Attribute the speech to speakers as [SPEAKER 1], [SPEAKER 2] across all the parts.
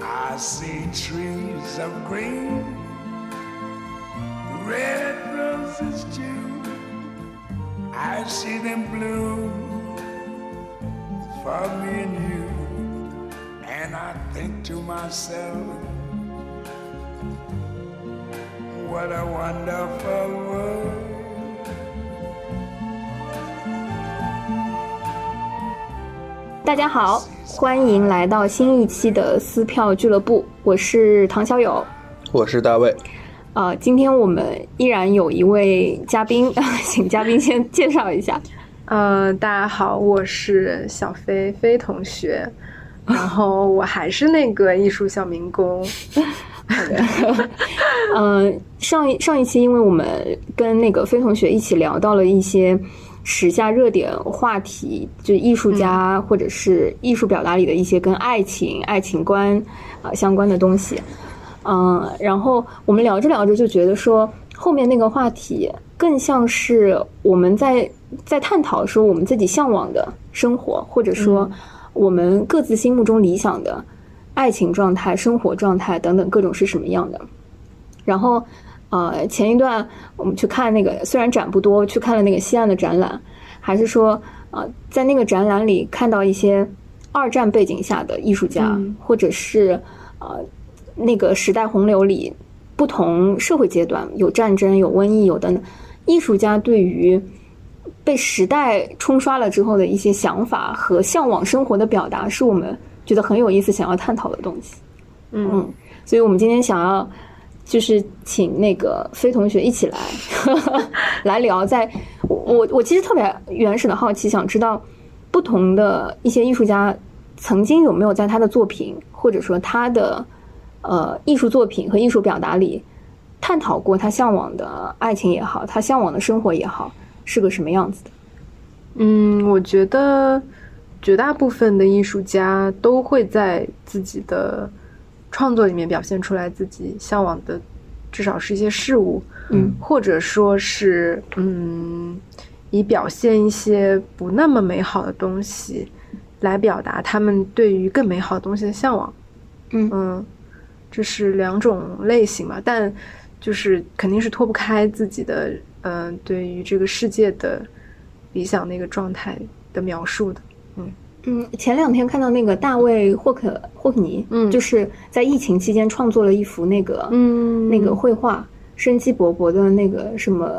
[SPEAKER 1] I see trees of green, red roses too. I see them bloom for me and you. And I think to myself, what a wonderful world.
[SPEAKER 2] Hello，大家好，欢迎来到新一期的撕票俱乐部，我是唐小友。
[SPEAKER 3] 我是大卫，
[SPEAKER 2] 呃，今天我们依然有一位嘉宾， 请嘉宾先介绍一下。
[SPEAKER 4] 嗯，大家好，我是小飞飞同学，然后我还是那个艺术小民工，
[SPEAKER 2] 嗯，上一上一期，因为我们跟那个飞同学一起聊到了一些时下热点话题，就艺术家或者是艺术表达里的一些跟爱情、爱情观啊、呃相关的东西。嗯，然后我们聊着聊着就觉得说，后面那个话题更像是我们在在探讨说我们自己向往的生活，或者说我们各自心目中理想的爱情状态、生活状态等等各种是什么样的。然后，呃，前一段我们去看那个，虽然展不多，去看了那个西岸的展览，还是说，呃，在那个展览里看到一些二战背景下的艺术家，
[SPEAKER 4] 嗯
[SPEAKER 2] 或者是呃那个时代洪流里不同社会阶段有战争、有瘟疫、有等等，艺术家对于被时代冲刷了之后的一些想法和向往生活的表达，是我们觉得很有意思、想要探讨的东西。
[SPEAKER 4] 嗯，
[SPEAKER 2] 嗯，所以我们今天想要就是请那个飞同学一起来 来聊在，我我我其实特别原始的好奇，想知道不同的一些艺术家曾经有没有在他的作品或者说他的呃艺术作品和艺术表达里探讨过他向往的爱情也好，他向往的生活也好，是个什么样子的？
[SPEAKER 4] 嗯，我觉得绝大部分的艺术家都会在自己的创作里面表现出来自己向往的，至少是一些事物，
[SPEAKER 2] 嗯
[SPEAKER 4] 或者说是嗯，以表现一些不那么美好的东西，来表达他们对于更美好的东西的向往。
[SPEAKER 2] 嗯
[SPEAKER 4] 嗯，这是两种类型吧，但就是肯定是脱不开自己的嗯、呃对于这个世界的理想那个状态的描述的。
[SPEAKER 2] 嗯，前两天看到那个大卫霍克霍克尼，
[SPEAKER 4] 嗯
[SPEAKER 2] 就是在疫情期间创作了一幅那个
[SPEAKER 4] 嗯
[SPEAKER 2] 那个绘画，生机勃勃的那个什么，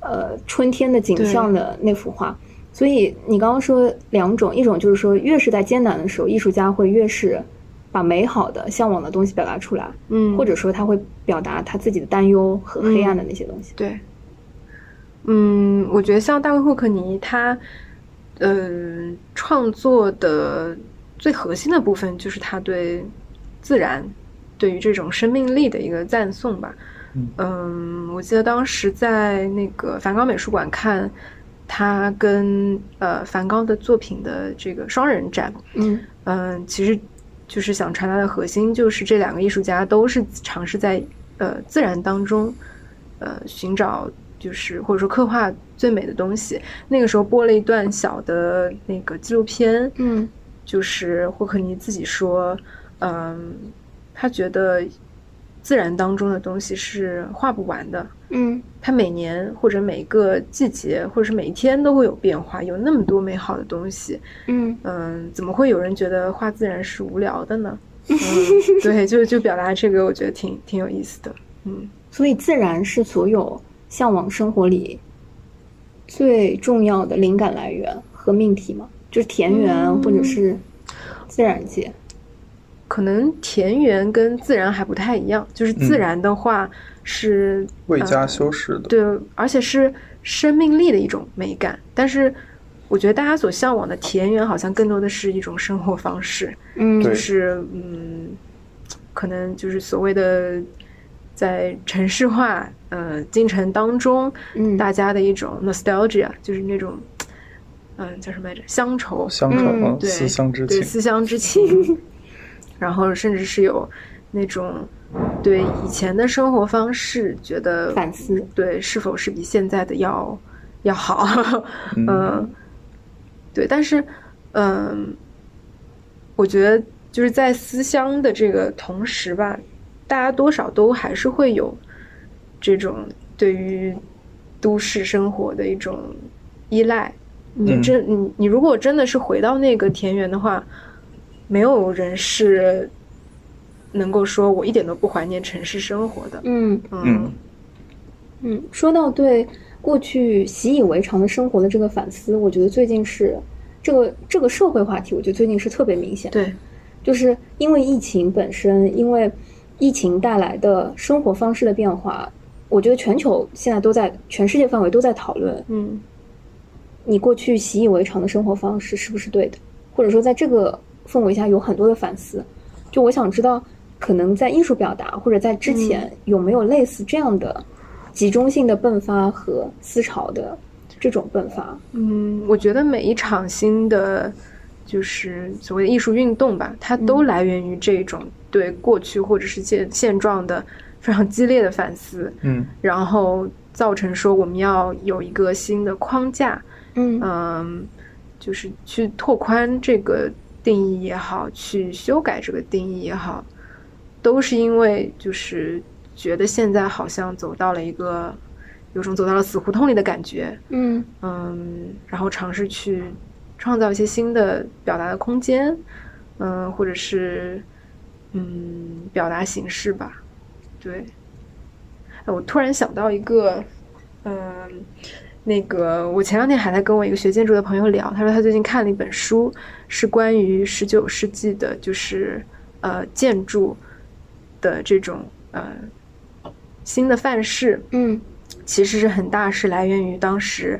[SPEAKER 2] 呃，春天的景象的那幅画。所以你刚刚说两种，一种就是说，越是在艰难的时候，艺术家会越是把美好的、向往的东西表达出来，
[SPEAKER 4] 嗯
[SPEAKER 2] 或者说他会表达他自己的担忧和黑暗的那些东西。
[SPEAKER 4] 对，嗯，我觉得像大卫霍克尼他，嗯、创作的最核心的部分就是他对自然，对于这种生命力的一个赞颂吧。
[SPEAKER 3] 嗯
[SPEAKER 4] 我记得当时在那个梵高美术馆看他跟呃梵高的作品的这个双人展，
[SPEAKER 2] 嗯
[SPEAKER 4] 嗯，其实就是想传达的核心，就是这两个艺术家都是尝试在呃自然当中，呃寻找就是或者说刻画最美的东西。那个时候播了一段小的那个纪录片，
[SPEAKER 2] 嗯
[SPEAKER 4] 就是霍克尼自己说，嗯，他觉得自然当中的东西是画不完的，
[SPEAKER 2] 嗯
[SPEAKER 4] 它每年或者每个季节或者是每一天都会有变化，有那么多美好的东西。
[SPEAKER 2] 嗯
[SPEAKER 4] 嗯，怎么会有人觉得画自然是无聊的呢？嗯，对，就就表达这个，我觉得挺挺有意思的。嗯，
[SPEAKER 2] 所以自然是所有向往生活里最重要的灵感来源和命题嘛，就是田园
[SPEAKER 4] 嗯
[SPEAKER 2] 或者是自然界。
[SPEAKER 4] 可能田园跟自然还不太一样，就是自然的话是、
[SPEAKER 3] 为家
[SPEAKER 4] 呃
[SPEAKER 3] 修饰的，
[SPEAKER 4] 对，而且是生命力的一种美感。但是我觉得大家所向往的田园，好像更多的是一种生活方式。
[SPEAKER 2] 嗯，
[SPEAKER 3] 对
[SPEAKER 4] 就是嗯，可能就是所谓的在城市化呃进程当中，
[SPEAKER 2] 嗯
[SPEAKER 4] 大家的一种 nostalgia，就是那种嗯、叫什么来着乡愁，
[SPEAKER 3] 乡愁
[SPEAKER 2] 嗯
[SPEAKER 3] 啊，
[SPEAKER 4] 对
[SPEAKER 3] 思乡之
[SPEAKER 4] 对
[SPEAKER 3] 情，
[SPEAKER 4] 思乡之情， 然后甚至是有那种对以前的生活方式觉得
[SPEAKER 2] 反思。
[SPEAKER 4] 对是否是比现在的要要好，呃
[SPEAKER 3] 嗯
[SPEAKER 4] 嗯，对，但是，嗯，我觉得就是在思乡的这个同时吧，大家多少都还是会有这种对于都市生活的一种依赖。你真你你如果真的是回到那个田园的话，没有人是能够说我一点都不怀念城市生活的。
[SPEAKER 2] 嗯
[SPEAKER 4] 嗯
[SPEAKER 3] 嗯，
[SPEAKER 2] 嗯，说到对过去习以为常的生活的这个反思，我觉得最近是这个这个社会话题，我觉得最近是特别明显的。
[SPEAKER 4] 对，
[SPEAKER 2] 就是因为疫情本身，因为疫情带来的生活方式的变化，我觉得全球现在都在全世界范围都在讨论，
[SPEAKER 4] 嗯
[SPEAKER 2] 你过去习以为常的生活方式是不是对的，或者说在这个氛围下有很多的反思。就我想知道，可能在艺术表达或者在之前有没有类似这样的集中性的迸发和思潮的这种迸发？
[SPEAKER 4] 嗯，我觉得每一场新的就是所谓的艺术运动吧，它都来源于这种对过去或者是现现状的非常激烈的反思，
[SPEAKER 3] 嗯
[SPEAKER 4] 然后造成说我们要有一个新的框架，
[SPEAKER 2] 嗯
[SPEAKER 4] 嗯，就是去拓宽这个定义也好，去修改这个定义也好，都是因为就是觉得现在好像走到了一个有种走到了死胡同里的感觉，
[SPEAKER 2] 嗯
[SPEAKER 4] 嗯，然后尝试去创造一些新的表达的空间，嗯，或者是嗯表达形式吧，对。哎我突然想到一个，嗯，那个我前两天还在跟我一个学建筑的朋友聊，他说他最近看了一本书，是关于十九世纪的，就是呃建筑的这种呃新的范式，
[SPEAKER 2] 嗯
[SPEAKER 4] 其实是很大是来源于当时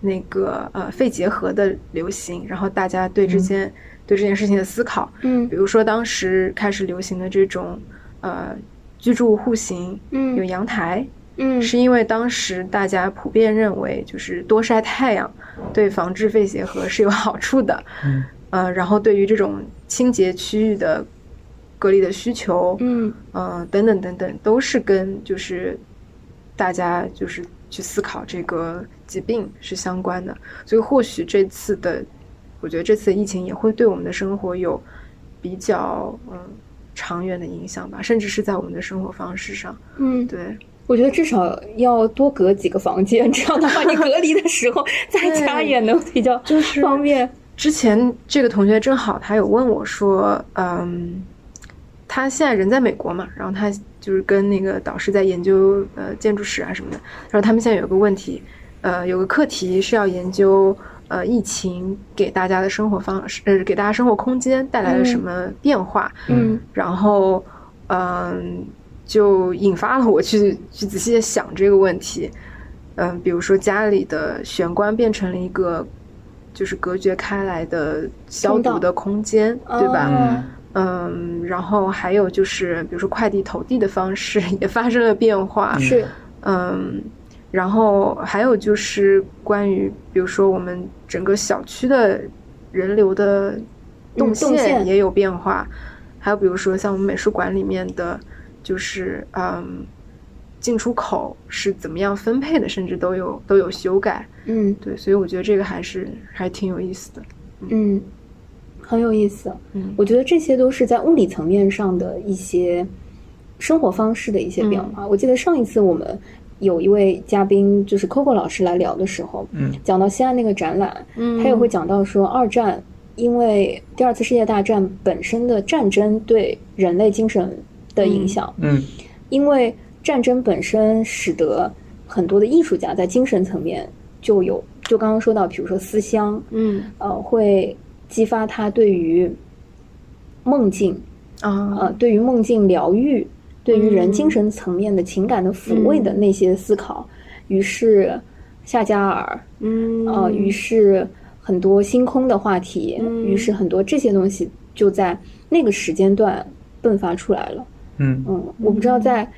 [SPEAKER 4] 那个呃肺结核的流行，然后大家对之间、对这件事情的思考，
[SPEAKER 2] 嗯
[SPEAKER 4] 比如说当时开始流行的这种呃居住户型有
[SPEAKER 2] 嗯
[SPEAKER 4] 阳台，
[SPEAKER 2] 嗯
[SPEAKER 4] 是因为当时大家普遍认为就是多晒太阳对防治肺结核是有好处的，
[SPEAKER 3] 嗯
[SPEAKER 4] 呃，然后对于这种清洁区域的隔离的需求，
[SPEAKER 2] 嗯
[SPEAKER 4] 呃，等等等等，都是跟就是大家就是去思考这个疾病是相关的，所以或许这次的，我觉得这次的疫情也会对我们的生活有比较嗯长远的影响吧，甚至是在我们的生活方式上。
[SPEAKER 2] 嗯，
[SPEAKER 4] 对，
[SPEAKER 2] 我觉得至少要多隔几个房间，这样的话，你隔离的时候在家也能比较
[SPEAKER 4] 就是
[SPEAKER 2] 方便。
[SPEAKER 4] 之前这个同学正好他有问我说，嗯，他现在人在美国嘛，然后他就是跟那个导师在研究呃建筑史啊什么的，然后他们现在有个问题，呃，有个课题是要研究呃疫情给大家的生活方式，呃，给大家生活空间带来了什么变化，
[SPEAKER 2] 嗯
[SPEAKER 4] 然后嗯，就引发了我去去仔细的想这个问题。嗯，比如说家里的玄关变成了一个就是隔绝开来的消
[SPEAKER 2] 通道
[SPEAKER 4] 毒的空间，对吧？
[SPEAKER 2] 哦
[SPEAKER 3] 嗯
[SPEAKER 4] 嗯，然后还有就是，比如说快递投递的方式 也发生了变化。
[SPEAKER 2] 是
[SPEAKER 4] 嗯，然后还有就是关于，比如说我们整个小区的人流的动
[SPEAKER 2] 嗯动
[SPEAKER 4] 线
[SPEAKER 2] 线
[SPEAKER 4] 也有变化，还有比如说像我们美术馆里面的，就是嗯，进出口是怎么样分配的，甚至都有都有修改。
[SPEAKER 2] 嗯
[SPEAKER 4] 对，所以我觉得这个还是还挺有意思的。
[SPEAKER 2] 嗯，很有意思。
[SPEAKER 4] 嗯
[SPEAKER 2] 我觉得这些都是在物理层面上的一些生活方式的一些变化。我记得上一次我们有一位嘉宾就是 Coco 老师来聊的时候，
[SPEAKER 3] 嗯
[SPEAKER 2] 讲到西安那个展览，
[SPEAKER 4] 嗯
[SPEAKER 2] 他也会讲到说，二战因为第二次世界大战本身的战争对人类精神的影响，
[SPEAKER 3] 嗯
[SPEAKER 2] 因为战争本身使得很多的艺术家在精神层面就有，就刚刚说到，比如说思乡，
[SPEAKER 4] 嗯
[SPEAKER 2] 呃，会激发他对于梦境，
[SPEAKER 4] 啊
[SPEAKER 2] 呃，对于梦境疗愈，对于人
[SPEAKER 4] 嗯
[SPEAKER 2] 精神层面的情感的抚慰的那些思考，于是夏加尔。
[SPEAKER 4] 嗯
[SPEAKER 2] 呃，于是很多星空的话题，
[SPEAKER 4] 嗯
[SPEAKER 2] 于是很多这些东西就在那个时间段迸发出来了。
[SPEAKER 3] 嗯
[SPEAKER 2] 嗯，我不知道在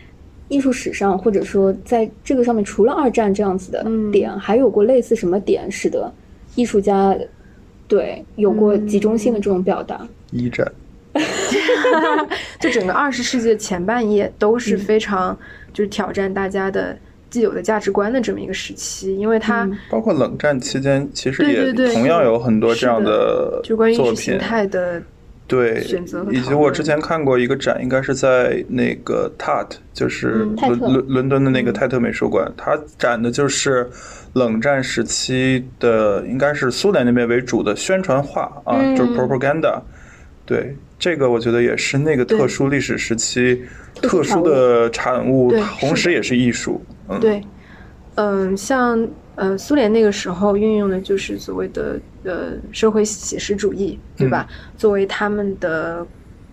[SPEAKER 2] 艺术史上，或者说在这个上面，除了二战这样子的
[SPEAKER 4] 嗯
[SPEAKER 2] 点，还有过类似什么点，使得艺术家对有过集中性的这种表达？
[SPEAKER 3] 一战，
[SPEAKER 4] 就整个二十世纪的前半叶都
[SPEAKER 3] 嗯
[SPEAKER 4] 是非常就是挑战大家的既有的价值观的这么一个时期，因为它
[SPEAKER 2] 嗯
[SPEAKER 3] 包括冷战期间，其实
[SPEAKER 4] 对
[SPEAKER 3] 也
[SPEAKER 4] 对对
[SPEAKER 3] 同样有很多这样
[SPEAKER 4] 是的
[SPEAKER 3] 的
[SPEAKER 4] 就关于意
[SPEAKER 3] 作
[SPEAKER 4] 识
[SPEAKER 3] 品
[SPEAKER 4] 形，态的
[SPEAKER 3] 对
[SPEAKER 4] 选择，和
[SPEAKER 3] 以
[SPEAKER 4] 讨
[SPEAKER 3] 及
[SPEAKER 4] 论
[SPEAKER 3] 我之前看过一个展，应该是在那个 Tate，就是
[SPEAKER 4] 嗯
[SPEAKER 2] 泰
[SPEAKER 3] 伦
[SPEAKER 2] 特
[SPEAKER 3] 伦伦敦的那个泰特美术馆，它展的就是冷战时期的，应该是苏联那边为主的宣传画啊，
[SPEAKER 2] 嗯
[SPEAKER 3] 就是 propaganda。对，这个我觉得也是那个
[SPEAKER 4] 对
[SPEAKER 3] 特殊历史时期特
[SPEAKER 2] 特殊
[SPEAKER 3] 殊的产物
[SPEAKER 4] 对，
[SPEAKER 3] 同
[SPEAKER 4] 是
[SPEAKER 3] 时
[SPEAKER 4] 的
[SPEAKER 3] 也是艺术。嗯，
[SPEAKER 4] 对，嗯、像呃苏联那个时候运用的就是所谓的呃社会写实主义，对吧？
[SPEAKER 3] 嗯
[SPEAKER 4] 作为他们的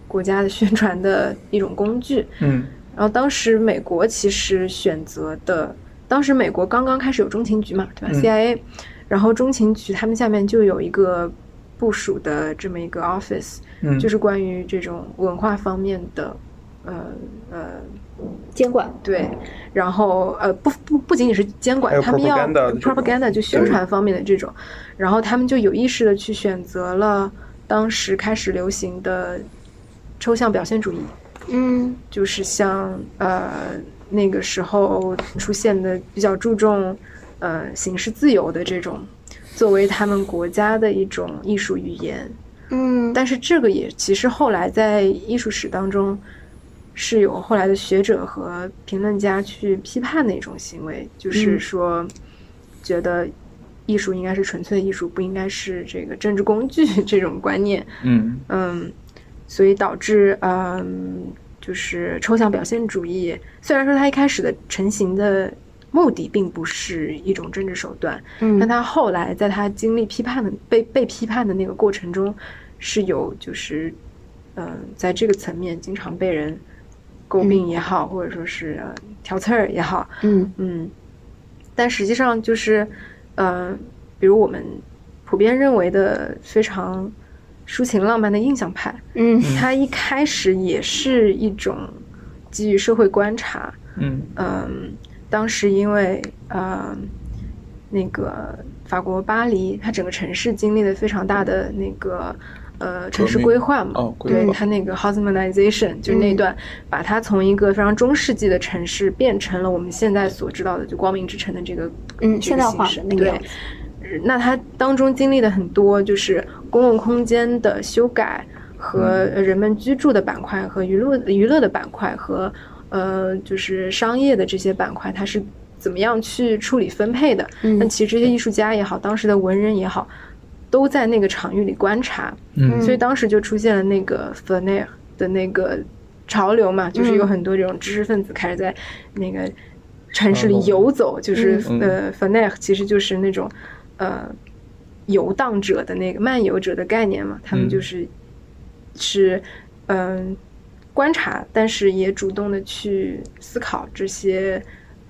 [SPEAKER 4] 国家的宣传的一种工具。
[SPEAKER 3] 嗯
[SPEAKER 4] 然后当时美国其实选择的，当时美国刚刚开始有中情局嘛，对吧、
[SPEAKER 3] 嗯
[SPEAKER 4] c i a 然后中情局他们下面就有一个部署的这么一个 office，、
[SPEAKER 3] 嗯，
[SPEAKER 4] 就是关于这种文化方面的，呃呃，
[SPEAKER 2] 监管，
[SPEAKER 4] 对，然后呃不不不仅仅是监
[SPEAKER 3] 还
[SPEAKER 4] 管，
[SPEAKER 3] 有
[SPEAKER 4] 他们要
[SPEAKER 3] propaganda 的这种
[SPEAKER 4] propaganda 就宣
[SPEAKER 3] 对
[SPEAKER 4] 传方面的这种，然后他们就有意识的去选择了当时开始流行的抽象表现主义，
[SPEAKER 2] 嗯
[SPEAKER 4] 就是像呃那个时候出现的比较注重呃形式自由的这种，作为他们国家的一种艺术语言。
[SPEAKER 2] 嗯，
[SPEAKER 4] 但是这个也其实后来在艺术史当中是有后来的学者和评论家去批判的一种行为，就是
[SPEAKER 2] 嗯
[SPEAKER 4] 说觉得艺术应该是纯粹的艺术，不应该是这个政治工具 这种观念。
[SPEAKER 3] 嗯
[SPEAKER 4] 嗯，所以导致嗯，就是抽象表现主义，虽然说它一开始的成型的目的并不是一种政治手段，
[SPEAKER 2] 嗯
[SPEAKER 4] 但它后来在它经历批判的被被批判的那个过程中，是有就是嗯、在这个层面经常被人诟病也好，或者说是、呃挑刺儿也好，
[SPEAKER 2] 嗯
[SPEAKER 4] 嗯，但实际上就是，呃，比如我们普遍认为的非常抒情浪漫的印象派，
[SPEAKER 2] 嗯
[SPEAKER 4] 它一开始也是一种基于社会观察，
[SPEAKER 3] 嗯
[SPEAKER 4] 嗯，当时因为呃，那个法国巴黎，它整个城市经历了非常大的那个呃城市
[SPEAKER 3] 革命
[SPEAKER 4] 规划嘛，
[SPEAKER 3] 哦规
[SPEAKER 4] 对
[SPEAKER 3] 划
[SPEAKER 4] 它那个 Haussmannization 就
[SPEAKER 2] 嗯
[SPEAKER 4] 是那段，把它从一个非常中世纪的城市变成了我们现在所知道的就光明之城的这个
[SPEAKER 2] 嗯，
[SPEAKER 4] 这
[SPEAKER 2] 现
[SPEAKER 4] 个
[SPEAKER 2] 代
[SPEAKER 4] 形
[SPEAKER 2] 化
[SPEAKER 4] 式
[SPEAKER 2] 的那个
[SPEAKER 4] 对
[SPEAKER 2] 样子，
[SPEAKER 4] 那它当中经历了很多，就是公共空间的修改和
[SPEAKER 2] 嗯
[SPEAKER 4] 人们居住的板块和娱乐娱乐的板块和呃，就是商业的这些板块，它是怎么样去处理分配的？
[SPEAKER 2] 嗯
[SPEAKER 4] 那其实这些艺术家也好，当时的文人也好，都在那个场域里观察，
[SPEAKER 3] 嗯
[SPEAKER 4] 所以当时就出现了那个 f l a n e r 的那个潮流
[SPEAKER 3] 嗯
[SPEAKER 4] 嘛，就是有很多这种知识分子开始在那个城市里游走，就是、
[SPEAKER 3] 嗯
[SPEAKER 4] 呃 f l a n e r 其实就是那种呃游荡者的那个漫游者的概念嘛，他们
[SPEAKER 3] 嗯
[SPEAKER 4] 就是、是嗯、观察，但是也主动的去思考这些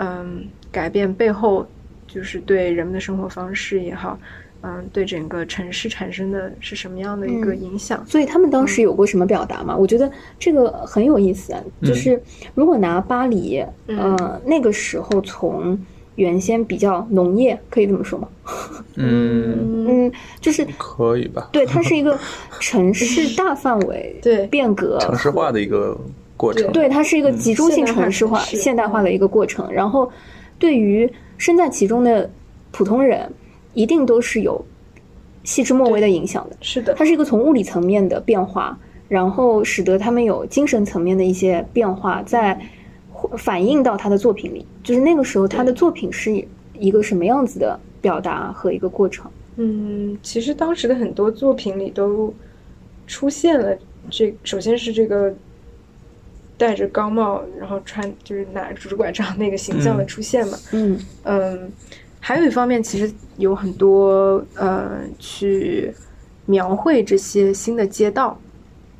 [SPEAKER 4] 嗯、改变背后，就是对人们的生活方式也好。嗯，对整个城市产生的是什么样的一个
[SPEAKER 2] 嗯
[SPEAKER 4] 影响？
[SPEAKER 2] 所以他们当时有过什么表达
[SPEAKER 4] 嗯
[SPEAKER 2] 吗？我觉得这个很有意思啊，就是如果拿巴黎，
[SPEAKER 4] 嗯
[SPEAKER 2] 呃，那个时候从原先比较农业，可以这么说吗？
[SPEAKER 3] 嗯，
[SPEAKER 4] 嗯，
[SPEAKER 2] 嗯，就是
[SPEAKER 3] 可以吧？
[SPEAKER 2] 对，它是一个城市大范围
[SPEAKER 4] 对
[SPEAKER 2] 变革
[SPEAKER 3] 城市嗯化的一个过程。
[SPEAKER 2] 对，它是一个集中性
[SPEAKER 4] 现代化
[SPEAKER 2] 城市化、
[SPEAKER 4] 城市嗯
[SPEAKER 2] 现代化的一个过程。然后，对于身在其中的普通人，一定都是有细枝末微的影响的。
[SPEAKER 4] 是的，
[SPEAKER 2] 它是一个从物理层面的变化，然后使得他们有精神层面的一些变化，在反映到他的作品里。就是那个时候，他的作品是一个什么样子的表达和一个过程？
[SPEAKER 4] 嗯，其实当时的很多作品里都出现了这，首先是这个戴着高帽，然后穿就是拿着拄着拐杖那个形象的
[SPEAKER 3] 嗯
[SPEAKER 4] 出现嘛。
[SPEAKER 2] 嗯
[SPEAKER 4] 嗯，还有一方面，其实有很多呃去描绘这些新的街道，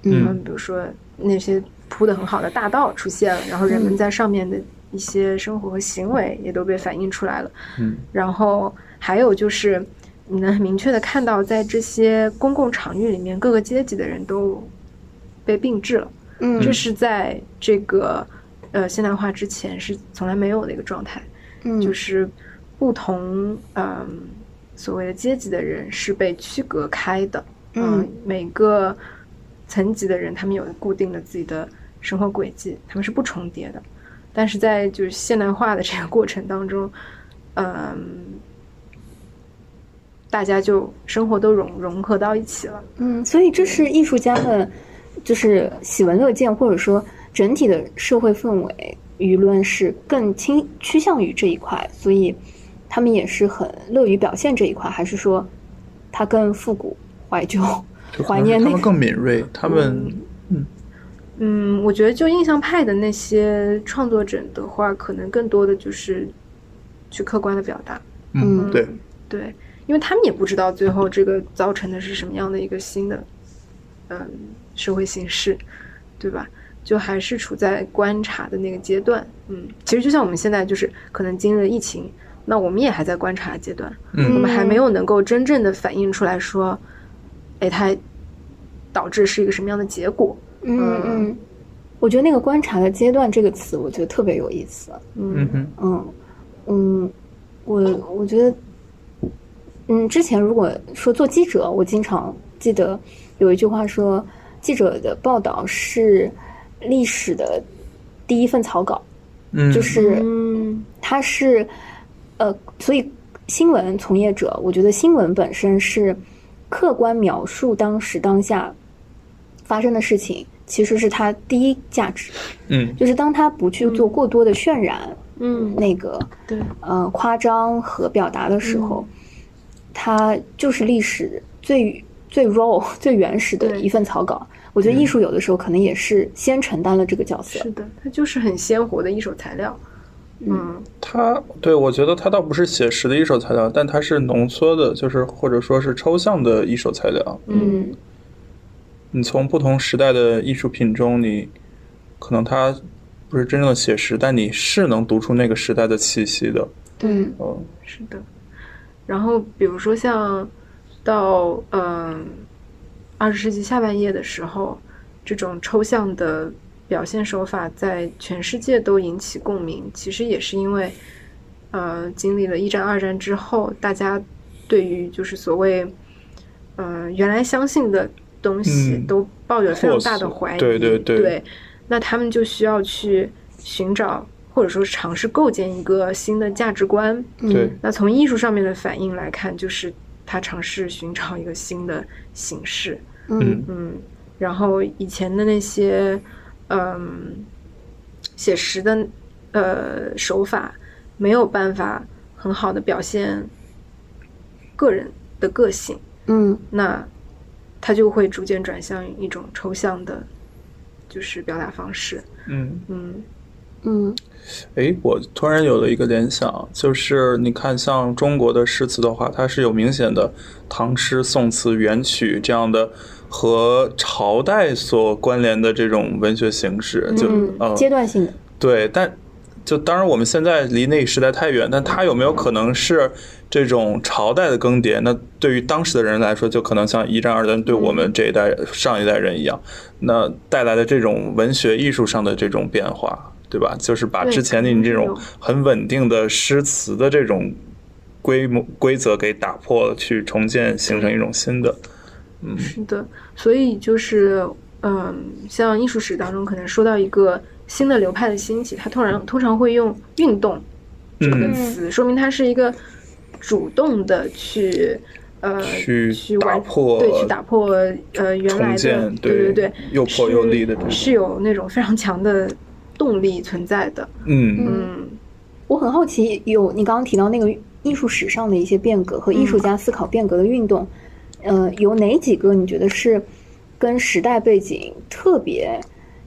[SPEAKER 3] 嗯
[SPEAKER 4] 嗯，比如说那些铺的很好的大道出现了，然后人们
[SPEAKER 2] 嗯
[SPEAKER 4] 在上面的一些生活和行为也都被反映出来了。
[SPEAKER 3] 嗯
[SPEAKER 4] 然后还有就是，你能很明确的看到，在这些公共场域里面，各个阶级的人都被并置了，
[SPEAKER 2] 嗯
[SPEAKER 4] 这是在这个呃现代化之前是从来没有的一个状态，
[SPEAKER 2] 嗯
[SPEAKER 4] 就是不同嗯、所谓的阶级的人是被区隔开的，呃
[SPEAKER 2] 嗯
[SPEAKER 4] 每个层级的人他们有固定的自己的生活轨迹，他们是不重叠的。但是在就是现代化的这个过程当中，嗯，呃大家就生活都融融合到一起了。
[SPEAKER 2] 嗯，所以这是艺术家们就是喜闻乐见，或者说整体的社会氛围、舆论是更倾趋向于这一块，所以他们也是很乐于表现这一块，还是说他更复古、怀旧、
[SPEAKER 3] 就可
[SPEAKER 2] 怀
[SPEAKER 3] 能是
[SPEAKER 2] 念
[SPEAKER 3] 他
[SPEAKER 2] 那
[SPEAKER 3] 们
[SPEAKER 2] 个？
[SPEAKER 3] 更敏锐，他们
[SPEAKER 4] 嗯，我觉得就印象派的那些创作者的话，可能更多的就是去客观的表达，
[SPEAKER 3] 嗯，对，
[SPEAKER 4] 对，因为他们也不知道最后这个造成的是什么样的一个新的，嗯，社会形势，对吧？就还是处在观察的那个阶段，嗯，其实就像我们现在就是可能经历了疫情，那我们也还在观察阶段，
[SPEAKER 3] 嗯
[SPEAKER 4] 我们还没有能够真正的反映出来说，哎，它导致是一个什么样的结果，
[SPEAKER 2] 嗯嗯，我觉得那个“观察的阶段”这个词，我觉得特别有意思。
[SPEAKER 3] 嗯哼，
[SPEAKER 2] 嗯，嗯，我我觉得，嗯，之前如果说做记者，我经常记得有一句话说，记者的报道是历史的第一份草稿，
[SPEAKER 3] 嗯，
[SPEAKER 2] 就是
[SPEAKER 4] 嗯
[SPEAKER 2] 它是，呃，所以新闻从业者，我觉得新闻本身是客观描述当时当下发生的事情，其实是它第一价值，
[SPEAKER 3] 嗯
[SPEAKER 2] 就是当他不去做过多的渲染，
[SPEAKER 4] 嗯，
[SPEAKER 2] 那个
[SPEAKER 4] 对，
[SPEAKER 2] 呃夸张和表达的时候，它就是历史最最 raw 最原始的
[SPEAKER 4] 对
[SPEAKER 2] 一份草稿。我觉得艺术有的时候可能也是先承担了这个角色
[SPEAKER 4] 是，的，它就是很鲜活的一手材料，嗯
[SPEAKER 3] 他对我觉得他倒不是写实的一手材料，但他是浓缩的，就是或者说是抽象的一手材料。
[SPEAKER 2] 嗯
[SPEAKER 3] 你从不同时代的艺术品中，你可能它不是真正的写实，但你是能读出那个时代的气息的。
[SPEAKER 2] 嗯
[SPEAKER 3] 嗯，
[SPEAKER 4] 是的。然后比如说像到嗯二十世纪下半叶的时候，这种抽象的表现手法在全世界都引起共鸣，其实也是因为呃经历了一战、二战之后，大家对于就是所谓嗯、呃原来相信的东西
[SPEAKER 3] 嗯
[SPEAKER 4] 都抱有非常大的
[SPEAKER 3] 或是
[SPEAKER 4] 怀疑，
[SPEAKER 3] 对对对
[SPEAKER 4] 那他们就需要去寻找或者说是尝试构建一个新的价值观，
[SPEAKER 3] 对，
[SPEAKER 4] 那从艺术上面的反应来看，就是他尝试寻找一个新的形式，
[SPEAKER 2] 嗯
[SPEAKER 4] 嗯，然后以前的那些，嗯，写实的呃手法没有办法很好的表现个人的个性，
[SPEAKER 2] 嗯
[SPEAKER 4] 那他就会逐渐转向一种抽象的，就是表达方式，
[SPEAKER 3] 嗯，
[SPEAKER 4] 嗯
[SPEAKER 2] 嗯
[SPEAKER 3] 诶，我突然有了一个联想，就是你看，像中国的诗词的话，它是有明显的唐诗、宋词、元曲这样的和朝代所关联的这种文学形式，就
[SPEAKER 2] 嗯，
[SPEAKER 3] 呃
[SPEAKER 2] 阶段性的，
[SPEAKER 3] 对，但就当然我们现在离那个时代太远，但它有没有可能是这种朝代的更迭？那对于当时的人来说，就可能像一战、二战对我们这一代、
[SPEAKER 4] 嗯
[SPEAKER 3] 上一代人一样，那带来的这种文学艺术上的这种变化，对吧？就是把
[SPEAKER 4] 对
[SPEAKER 3] 之前的你这种
[SPEAKER 4] 有
[SPEAKER 3] 很稳定的诗词的这种规模规则给打破了，去重建，形成一种新的。
[SPEAKER 4] 是的，所以就是，嗯，像艺术史当中可能说到一个新的流派的兴起，它通常通常会用“运动”这个
[SPEAKER 3] 嗯
[SPEAKER 4] 词，说明它是一个主动的去，呃，
[SPEAKER 3] 去
[SPEAKER 4] 去
[SPEAKER 3] 打
[SPEAKER 4] 完
[SPEAKER 3] 破
[SPEAKER 4] 对，去打破呃原来
[SPEAKER 3] 重
[SPEAKER 4] 的
[SPEAKER 3] 建，，
[SPEAKER 4] 对对，
[SPEAKER 3] 又破又
[SPEAKER 4] 是
[SPEAKER 3] 立的这种，
[SPEAKER 4] 是有那种非常强的动力存在的，
[SPEAKER 3] 嗯
[SPEAKER 4] 嗯
[SPEAKER 2] 我很好奇，有你刚刚提到那个艺术史上的一些变革和艺
[SPEAKER 4] 嗯
[SPEAKER 2] 术家思考变革的运动，呃，有哪几个你觉得是跟时代背景特别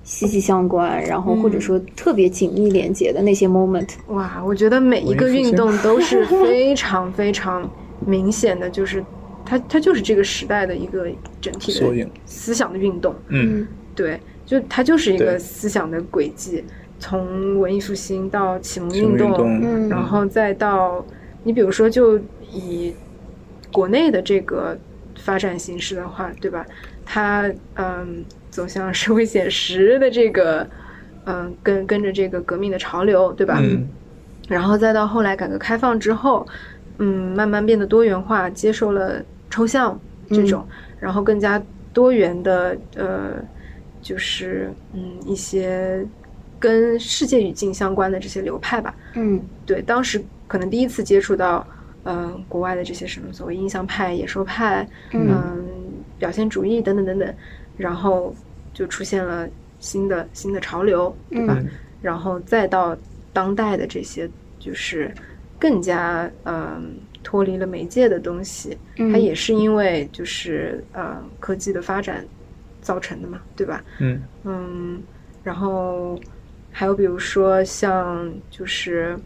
[SPEAKER 2] 息息相关，然后
[SPEAKER 4] 嗯
[SPEAKER 2] 或者说特别紧密连接的那些 moment？
[SPEAKER 4] 哇，我觉得每一个
[SPEAKER 3] 文艺复兴
[SPEAKER 4] 运动都是非常非常明显的，就是它它就是这个时代的一个整体
[SPEAKER 3] 缩影
[SPEAKER 4] 的思想的运动，
[SPEAKER 3] 嗯。
[SPEAKER 4] 对，就它就是一
[SPEAKER 3] 对
[SPEAKER 4] 个思想的轨迹，从文艺复兴到启蒙
[SPEAKER 3] 行
[SPEAKER 4] 运
[SPEAKER 3] 运动，
[SPEAKER 2] 嗯
[SPEAKER 4] 然后再到你比如说就以国内的这个发展形势的话，对吧？它嗯走向社会写实的这个嗯跟跟着这个革命的潮流，对吧？
[SPEAKER 3] 嗯
[SPEAKER 4] 然后再到后来改革开放之后，嗯，慢慢变得多元化，接受了抽象这种，然后更加多元的呃，就是嗯一些跟世界语境相关的这些流派吧。
[SPEAKER 2] 嗯
[SPEAKER 4] 对，当时可能第一次接触到呃，国外的这些什么所谓印象派、野兽派，嗯、呃，表现主义等等等等，然后就出现了新的新的潮流，对吧？
[SPEAKER 3] 嗯
[SPEAKER 4] 然后再到当代的这些，就是更加嗯、呃脱离了媒介的东西，
[SPEAKER 2] 嗯
[SPEAKER 4] 它也是因为就是呃科技的发展造成的嘛，对吧？
[SPEAKER 3] 嗯
[SPEAKER 4] 嗯，然后还有比如说像就是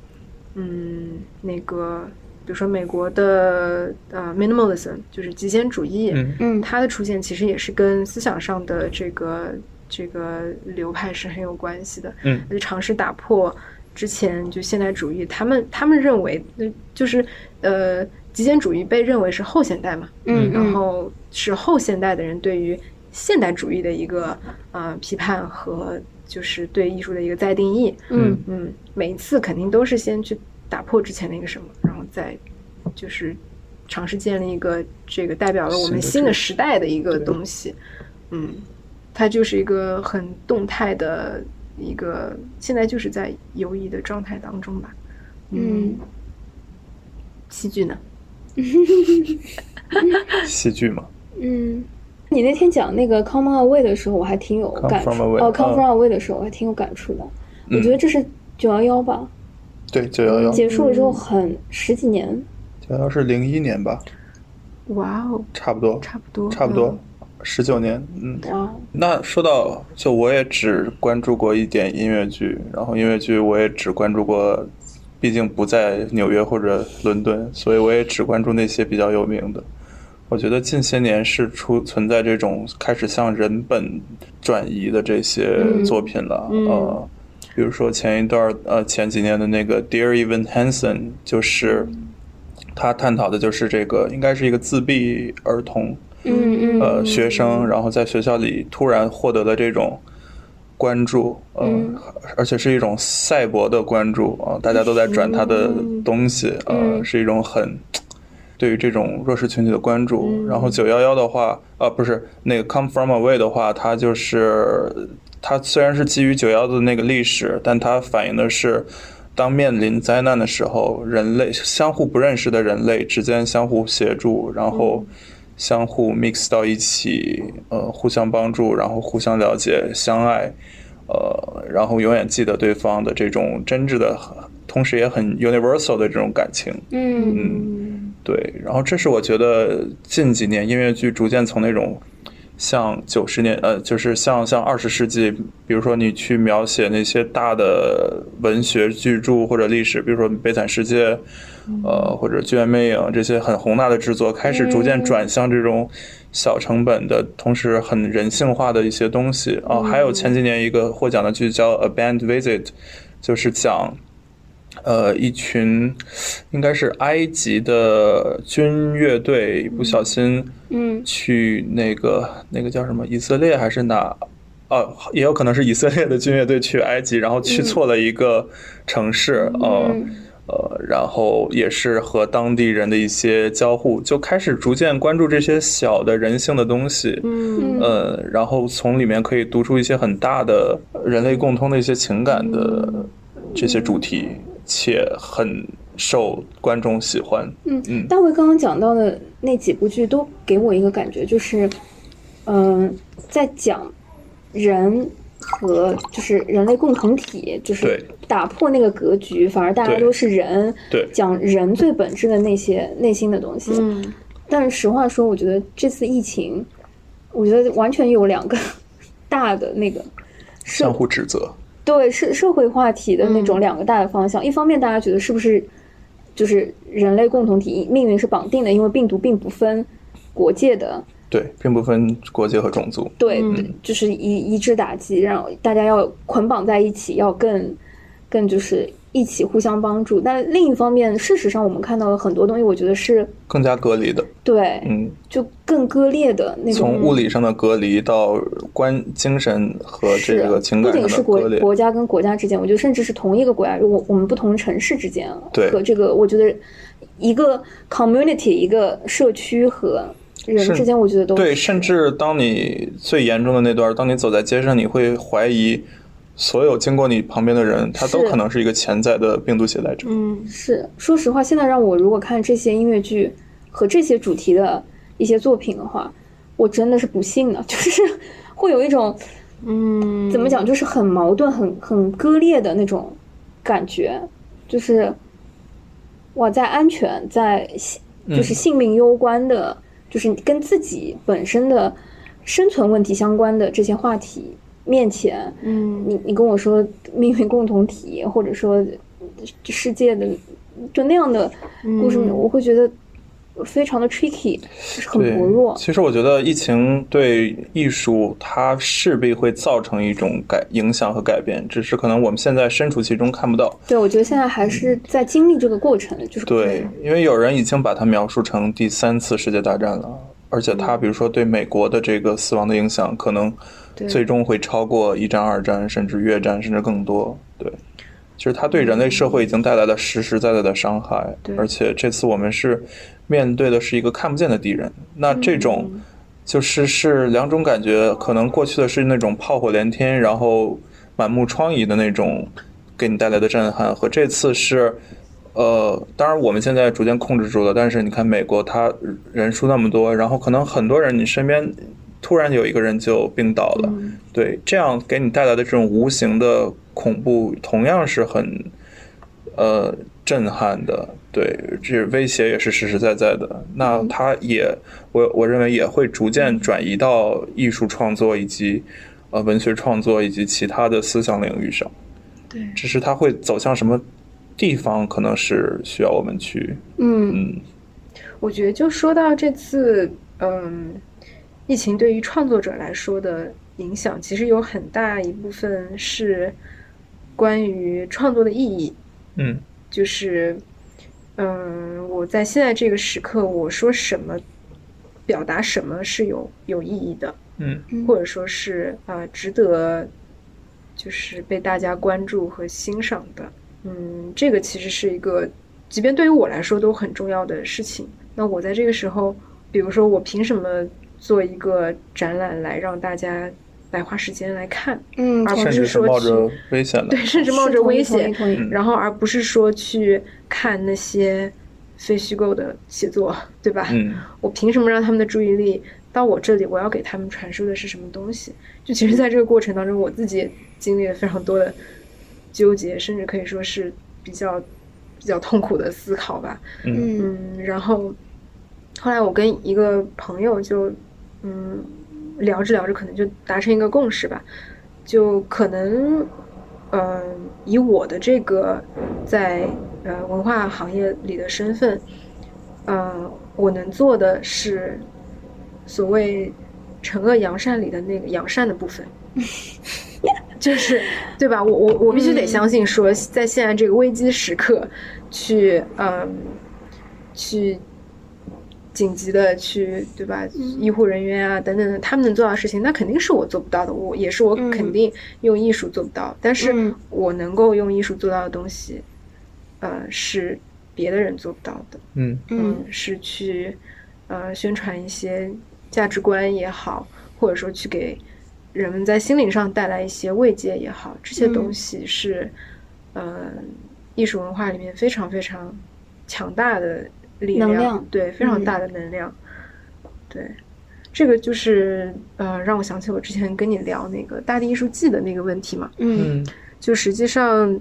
[SPEAKER 4] 嗯那个，比如说美国的呃 minimalism，就是极简主义，
[SPEAKER 3] 嗯
[SPEAKER 2] 嗯
[SPEAKER 4] 它的出现其实也是跟思想上的这个这个流派是很有关系的。
[SPEAKER 3] 嗯，
[SPEAKER 4] 就尝试打破之前就现代主义，他们他们认为呃就是呃极简主义被认为是后现代嘛，
[SPEAKER 2] 嗯，
[SPEAKER 4] 然后是后现代的人对于现代主义的一个呃批判和就是对艺术的一个再定义。
[SPEAKER 2] 嗯
[SPEAKER 4] 嗯，每一次肯定都是先去打破之前的一个什么，然后再就是尝试建立一个这个代表了我们
[SPEAKER 3] 新
[SPEAKER 4] 新
[SPEAKER 3] 的
[SPEAKER 4] 的
[SPEAKER 3] 主
[SPEAKER 4] 时代的一个
[SPEAKER 3] 对
[SPEAKER 4] 东西。嗯，它就是一个很动态的一个，现在就是在游移的状态当中吧。
[SPEAKER 2] 嗯，
[SPEAKER 4] 戏剧呢？
[SPEAKER 3] 戏剧嘛，
[SPEAKER 2] 嗯，你那天讲那个 Come Away 的时候，我还挺有
[SPEAKER 3] Come
[SPEAKER 2] 感触。
[SPEAKER 3] from away，
[SPEAKER 2] 哦，Come
[SPEAKER 3] 嗯
[SPEAKER 2] From Away 的时候，我还挺有感触的。
[SPEAKER 3] 嗯
[SPEAKER 2] 我觉得这是九幺幺吧，
[SPEAKER 3] 对，九幺幺，
[SPEAKER 2] 结束了
[SPEAKER 4] 嗯
[SPEAKER 2] 之后很十几年，
[SPEAKER 3] 九幺幺是零一年吧，
[SPEAKER 4] 哇哦，
[SPEAKER 3] 差不多，
[SPEAKER 4] 差不多，
[SPEAKER 3] 差不多，十九年，嗯。
[SPEAKER 2] 哇，
[SPEAKER 3] 那说到，就我也只关注过一点音乐剧，然后音乐剧我也只关注过，毕竟不在纽约或者伦敦，所以我也只关注那些比较有名的。我觉得近些年是出存在这种开始向人本转移的这些作品了，
[SPEAKER 4] 嗯
[SPEAKER 3] 呃，比如说前一段儿呃前几年的那个 Dear Evan Hansen，就是
[SPEAKER 4] 嗯
[SPEAKER 3] 他探讨的就是这个应该是一个自闭儿童，
[SPEAKER 2] 嗯嗯
[SPEAKER 3] 呃学生，然后在学校里突然获得了这种关注，呃，
[SPEAKER 2] 嗯
[SPEAKER 3] 而且是一种赛博的关注啊、大家都在转他的东西，呃，
[SPEAKER 2] 嗯
[SPEAKER 3] 是一种很对于这种弱势群体的关注。
[SPEAKER 2] 嗯
[SPEAKER 3] 然后九幺幺的话，啊，不是那个 Come From Away 的话，它就是它虽然是基于九幺的那个历史，但它反映的是。当面临灾难的时候，人类相互不认识的人类之间相互协助，然后
[SPEAKER 2] 嗯
[SPEAKER 3] 相互 mix 到一起，呃，互相帮助，然后互相了解、相爱，呃，然后永远记得对方的这种真挚的，同时也很 universal 的这种感情。
[SPEAKER 2] 嗯
[SPEAKER 3] 嗯，对。然后这是我觉得近几年音乐剧逐渐从那种像九十年，呃，就是像像二十世纪，比如说你去描写那些大的文学巨著或者历史，比如说《悲惨世界》，呃，或者《剧院魅影》这些很宏大的制作，开始逐渐转向这种小成本的，同时很人性化的一些东西啊。还有前几年一个获奖的剧叫《A Band Visit》，就是讲。呃，一群应该是埃及的军乐队不小心，
[SPEAKER 2] 嗯
[SPEAKER 3] 去那个那个叫什么以色列还是哪？哦，也有可能是以色列的军乐队去埃及，然后去错了一个城市，呃呃，然后也是和当地人的一些交互，就开始逐渐关注这些小的人性的东西，
[SPEAKER 4] 嗯
[SPEAKER 3] 呃，然后从里面可以读出一些很大的人类共通的一些情感的这些主题，且很受观众喜欢。
[SPEAKER 2] 嗯，大卫刚刚讲到的那几部剧都给我一个感觉，就是，嗯、在讲人和就是人类共同体，就是
[SPEAKER 3] 对
[SPEAKER 2] 打破那个格局，反而大家
[SPEAKER 3] 对
[SPEAKER 2] 都是人，
[SPEAKER 3] 对
[SPEAKER 2] 讲人最本质的那些内心的东西。
[SPEAKER 4] 嗯
[SPEAKER 2] 但是实话说，我觉得这次疫情，我觉得完全有两个 大的那个社
[SPEAKER 3] 相互指责，
[SPEAKER 2] 对社社会话题的那
[SPEAKER 3] 嗯
[SPEAKER 2] 种两个大的方向，一方面大家觉得是不是就是人类共同体命运是绑定的，因为病毒并不分国界的，
[SPEAKER 3] 对，并不分国界和种族。
[SPEAKER 2] 对，
[SPEAKER 3] 嗯
[SPEAKER 2] 就是一一致打击，让大家要捆绑在一起，要更更就是一起互相帮助。但另一方面，事实上我们看到了很多东西，我觉得是
[SPEAKER 3] 更加隔离的，
[SPEAKER 2] 对，
[SPEAKER 3] 嗯，
[SPEAKER 2] 就更割裂的哎那种
[SPEAKER 3] 从物理上的隔离到观精神和
[SPEAKER 2] 是，啊
[SPEAKER 3] 这个情感
[SPEAKER 2] 不
[SPEAKER 3] 上
[SPEAKER 2] 仅是
[SPEAKER 3] 的
[SPEAKER 2] 国
[SPEAKER 3] 割裂，
[SPEAKER 2] 国家跟国家之间，我觉得甚至是同一个国家，我我们不同城市之间，啊
[SPEAKER 3] 对
[SPEAKER 2] 和这个我觉得一个 community 一个社区和人
[SPEAKER 3] 甚
[SPEAKER 2] 之间，我觉得都
[SPEAKER 3] 对，
[SPEAKER 2] 是
[SPEAKER 3] 甚至当你最严重的那段，当你走在街上，你会怀疑所有经过你旁边的人，他都
[SPEAKER 2] 是
[SPEAKER 3] 可能是一个潜在的病毒携带者。
[SPEAKER 4] 嗯，
[SPEAKER 2] 是，说实话，现在让我如果看这些音乐剧和这些主题的一些作品的话，我真的是不信的， 就是会有一种
[SPEAKER 4] 嗯，
[SPEAKER 2] 怎么讲，就是很矛盾、很很割裂的那种感觉，就是哇，在安全、在性就是
[SPEAKER 3] 嗯
[SPEAKER 2] 性命攸关的，就是跟自己本身的生存问题相关的这些话题面前，
[SPEAKER 4] 嗯，
[SPEAKER 2] 你你跟我说命运共同体，或者说世界的就那样的故事，我会觉得非常的 tricky，就是很
[SPEAKER 3] 对
[SPEAKER 2] 薄弱。
[SPEAKER 3] 其实我觉得疫情对艺术它势必会造成一种改影响和改变，只是可能我们现在身处其中看不到。
[SPEAKER 2] 对，我觉得现在还是在经历这个过程，就是
[SPEAKER 3] 对，因为有人已经把它描述成第三次世界大战了，而且它比如说对美国的这个死亡的影响，可能
[SPEAKER 4] 对
[SPEAKER 3] 最终会超过一战、二战，甚至越战，甚至更多。对，其实它对人类社会已经带来了实实在在的伤害
[SPEAKER 4] 对，
[SPEAKER 3] 而且这次我们是面对的是一个看不见的敌人。那这种就是是两种感觉，可能过去的是那种炮火连天，然后满目疮痍的那种给你带来的震撼，和这次是。呃，当然我们现在逐渐控制住了，但是你看美国，它人数那么多，然后可能很多人你身边突然有一个人就病倒了，对，这样给你带来的这种无形的恐怖，同样是很呃震撼的，对，这威胁也是实实在在的。那它也，我我认为也会逐渐转移到艺术创作以及呃文学创作以及其他的思想领域上，
[SPEAKER 4] 对，
[SPEAKER 3] 只是它会走向什么地方，可能是需要我们去
[SPEAKER 2] 嗯，
[SPEAKER 3] 嗯
[SPEAKER 4] 我觉得就说到这次，嗯，疫情对于创作者来说的影响，其实有很大一部分是关于创作的意义。
[SPEAKER 3] 嗯
[SPEAKER 4] 就是，嗯，我在现在这个时刻，我说什么，表达什么是有有意义的，
[SPEAKER 3] 嗯
[SPEAKER 4] 或者说是啊、呃值得就是被大家关注和欣赏的。嗯，这个其实是一个，即便对于我来说都很重要的事情。那我在这个时候，比如说我凭什么做一个展览来让大家来花时间来看？
[SPEAKER 2] 嗯，
[SPEAKER 4] 而
[SPEAKER 2] 同
[SPEAKER 3] 甚
[SPEAKER 4] 不
[SPEAKER 2] 意
[SPEAKER 3] 至
[SPEAKER 4] 是
[SPEAKER 3] 是
[SPEAKER 4] 说
[SPEAKER 3] 冒
[SPEAKER 4] 去
[SPEAKER 3] 着危险的
[SPEAKER 4] 对，，甚至
[SPEAKER 2] 是
[SPEAKER 4] 冒着
[SPEAKER 2] 同意
[SPEAKER 4] 危
[SPEAKER 2] 同意
[SPEAKER 4] 险，
[SPEAKER 2] 同意
[SPEAKER 4] 然后而不是说去看那些非虚构的写作，对吧？
[SPEAKER 3] 嗯
[SPEAKER 4] 我凭什么让他们的注意力到我这里？我要给他们传输的是什么东西？就其实，在这个过程当中，我自己也经历了非常多的纠结，甚至可以说是比较比较痛苦的思考吧。
[SPEAKER 3] 嗯
[SPEAKER 2] 嗯
[SPEAKER 4] 嗯，然后后来我跟一个朋友就嗯聊着聊着，可能就达成一个共识吧，就可能嗯、呃以我的这个在呃文化行业里的身份，呃，我能做的是所谓惩恶扬善里的那个扬善的部分。就是，对吧？我我我必须
[SPEAKER 2] 嗯
[SPEAKER 4] 得相信说，在现在这个危机时刻，去嗯，去紧急的去，对吧？
[SPEAKER 2] 嗯
[SPEAKER 4] 医护人员啊等等的，他们能做到的事情，那肯定是我做不到的，我也是我
[SPEAKER 2] 嗯
[SPEAKER 4] 肯定用艺术做不到，但是
[SPEAKER 2] 嗯
[SPEAKER 4] 我能够用艺术做到的东西，呃，是别的人做不到的。
[SPEAKER 3] 嗯
[SPEAKER 2] 嗯，
[SPEAKER 4] 是去呃宣传一些价值观也好，或者说去给人们在心灵上带来一些慰藉也好，这些东
[SPEAKER 2] 嗯
[SPEAKER 4] 西是、呃艺术文化里面非常非常强大的力
[SPEAKER 2] 能
[SPEAKER 4] 量，
[SPEAKER 2] 量
[SPEAKER 4] 对，非常
[SPEAKER 2] 嗯
[SPEAKER 4] 大的能量，对。这个就是呃，让我想起我之前跟你聊那个大地艺术季的那个问题嘛，
[SPEAKER 2] 嗯
[SPEAKER 3] 嗯
[SPEAKER 4] 就实际上，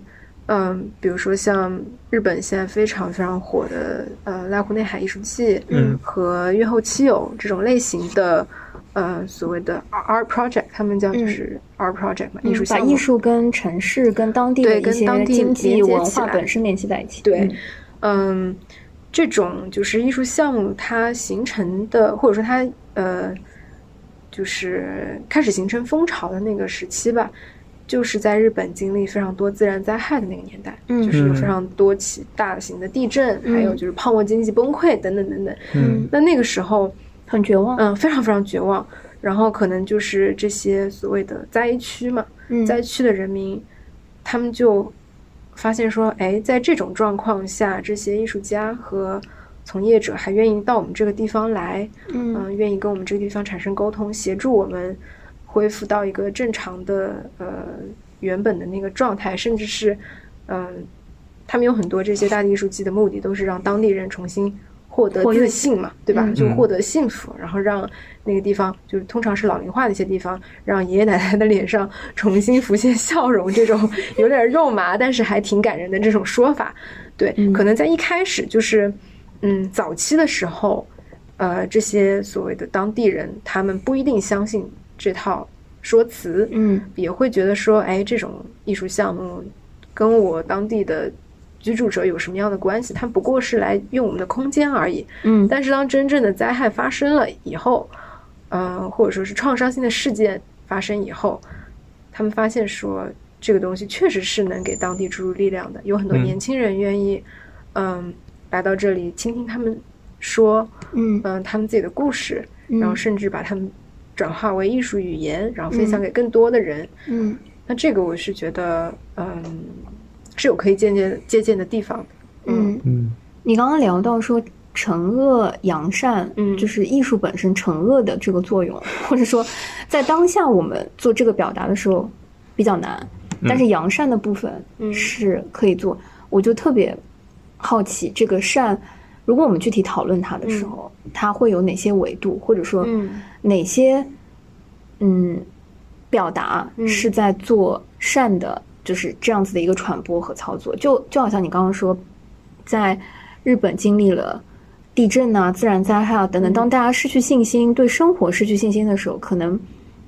[SPEAKER 4] 嗯，比如说像日本现在非常非常火的呃濑户内海艺术季，
[SPEAKER 3] 嗯
[SPEAKER 4] 和月后七友这种类型的，呃，所谓的 art project，他们叫就
[SPEAKER 2] 嗯
[SPEAKER 4] 是 art project 嘛，
[SPEAKER 2] 嗯
[SPEAKER 4] 艺术
[SPEAKER 2] 把
[SPEAKER 4] 项目，
[SPEAKER 2] 艺术跟城市、跟当地的
[SPEAKER 4] 对
[SPEAKER 2] 一
[SPEAKER 4] 跟
[SPEAKER 2] 些
[SPEAKER 4] 当地
[SPEAKER 2] 经济
[SPEAKER 4] 连接
[SPEAKER 2] 文
[SPEAKER 4] 起
[SPEAKER 2] 化
[SPEAKER 4] 来
[SPEAKER 2] 本身联系在一起。
[SPEAKER 4] 对，嗯，这种就是艺术项目它形成的，或者说它呃，就是开始形成风潮的那个时期吧，就是在日本经历非常多自然灾害的那个年代，
[SPEAKER 2] 嗯
[SPEAKER 4] 就是有非
[SPEAKER 3] 嗯
[SPEAKER 4] 常多起大型的地震，还有
[SPEAKER 2] 嗯
[SPEAKER 4] 就是泡沫经济崩溃等等等等。
[SPEAKER 3] 嗯
[SPEAKER 4] 那那个时候，
[SPEAKER 2] 很绝望。
[SPEAKER 4] 嗯，非常非常绝望。然后可能就是这些所谓的灾区嘛，
[SPEAKER 2] 嗯
[SPEAKER 4] 灾区的人民，他们就发现说，哎，在这种状况下，这些艺术家和从业者还愿意到我们这个地方来，嗯、
[SPEAKER 2] 嗯
[SPEAKER 4] 愿意跟我们这个地方产生沟通，协助我们恢复到一个正常的呃原本的那个状态，甚至是，嗯、他们有很多这些大地艺术季的目的都是让当地人重新获得
[SPEAKER 2] 获得
[SPEAKER 4] 自信嘛，对吧？
[SPEAKER 2] 嗯
[SPEAKER 4] 就获得幸福，然后让那个地方，就是通常是老龄化的一些地方，让爷爷奶奶的脸上重新浮现笑容，这种 有点肉麻，但是还挺感人的这种说法。对，
[SPEAKER 2] 嗯
[SPEAKER 4] 可能在一开始就是，嗯，早期的时候，呃，这些所谓的当地人，他们不一定相信这套说辞，
[SPEAKER 2] 嗯，
[SPEAKER 4] 也会觉得说，哎，这种艺术项目跟我当地的居住者有什么样的关系？它不过是来用我们的空间而已。
[SPEAKER 2] 嗯，
[SPEAKER 4] 但是当真正的灾害发生了以后，嗯、或者说是创伤性的事件发生以后，他们发现说这个东西确实是能给当地注入力量的，有很多
[SPEAKER 3] 嗯
[SPEAKER 4] 年轻人愿意，嗯、来到这里倾听他们说，
[SPEAKER 2] 嗯
[SPEAKER 4] 嗯、他们自己的故事，
[SPEAKER 2] 嗯
[SPEAKER 4] 然后甚至把他们转化为艺术语言，然后分享给更多的人。
[SPEAKER 2] 嗯
[SPEAKER 4] 那这个我是觉得，嗯，是有可以借鉴借鉴的地方的。
[SPEAKER 2] 嗯，
[SPEAKER 3] 嗯，
[SPEAKER 2] 你刚刚聊到说惩恶扬善，
[SPEAKER 4] 嗯
[SPEAKER 2] 就是艺术本身惩恶的这个作用，或者说在当下我们做这个表达的时候比较难，但是扬善的部分
[SPEAKER 4] 嗯
[SPEAKER 2] 是可以做。我就特别好奇，这个善，如果我们具体讨论它的时候，它会有哪些维度，或者说
[SPEAKER 4] 嗯
[SPEAKER 2] 哪些嗯表达
[SPEAKER 4] 嗯
[SPEAKER 2] 是在做善的，就是这样子的一个传播和操作。就就好像你刚刚说，在日本经历了地震啊、自然灾害啊等等，
[SPEAKER 4] 嗯
[SPEAKER 2] 当大家失去信心、对生活失去信心的时候，可能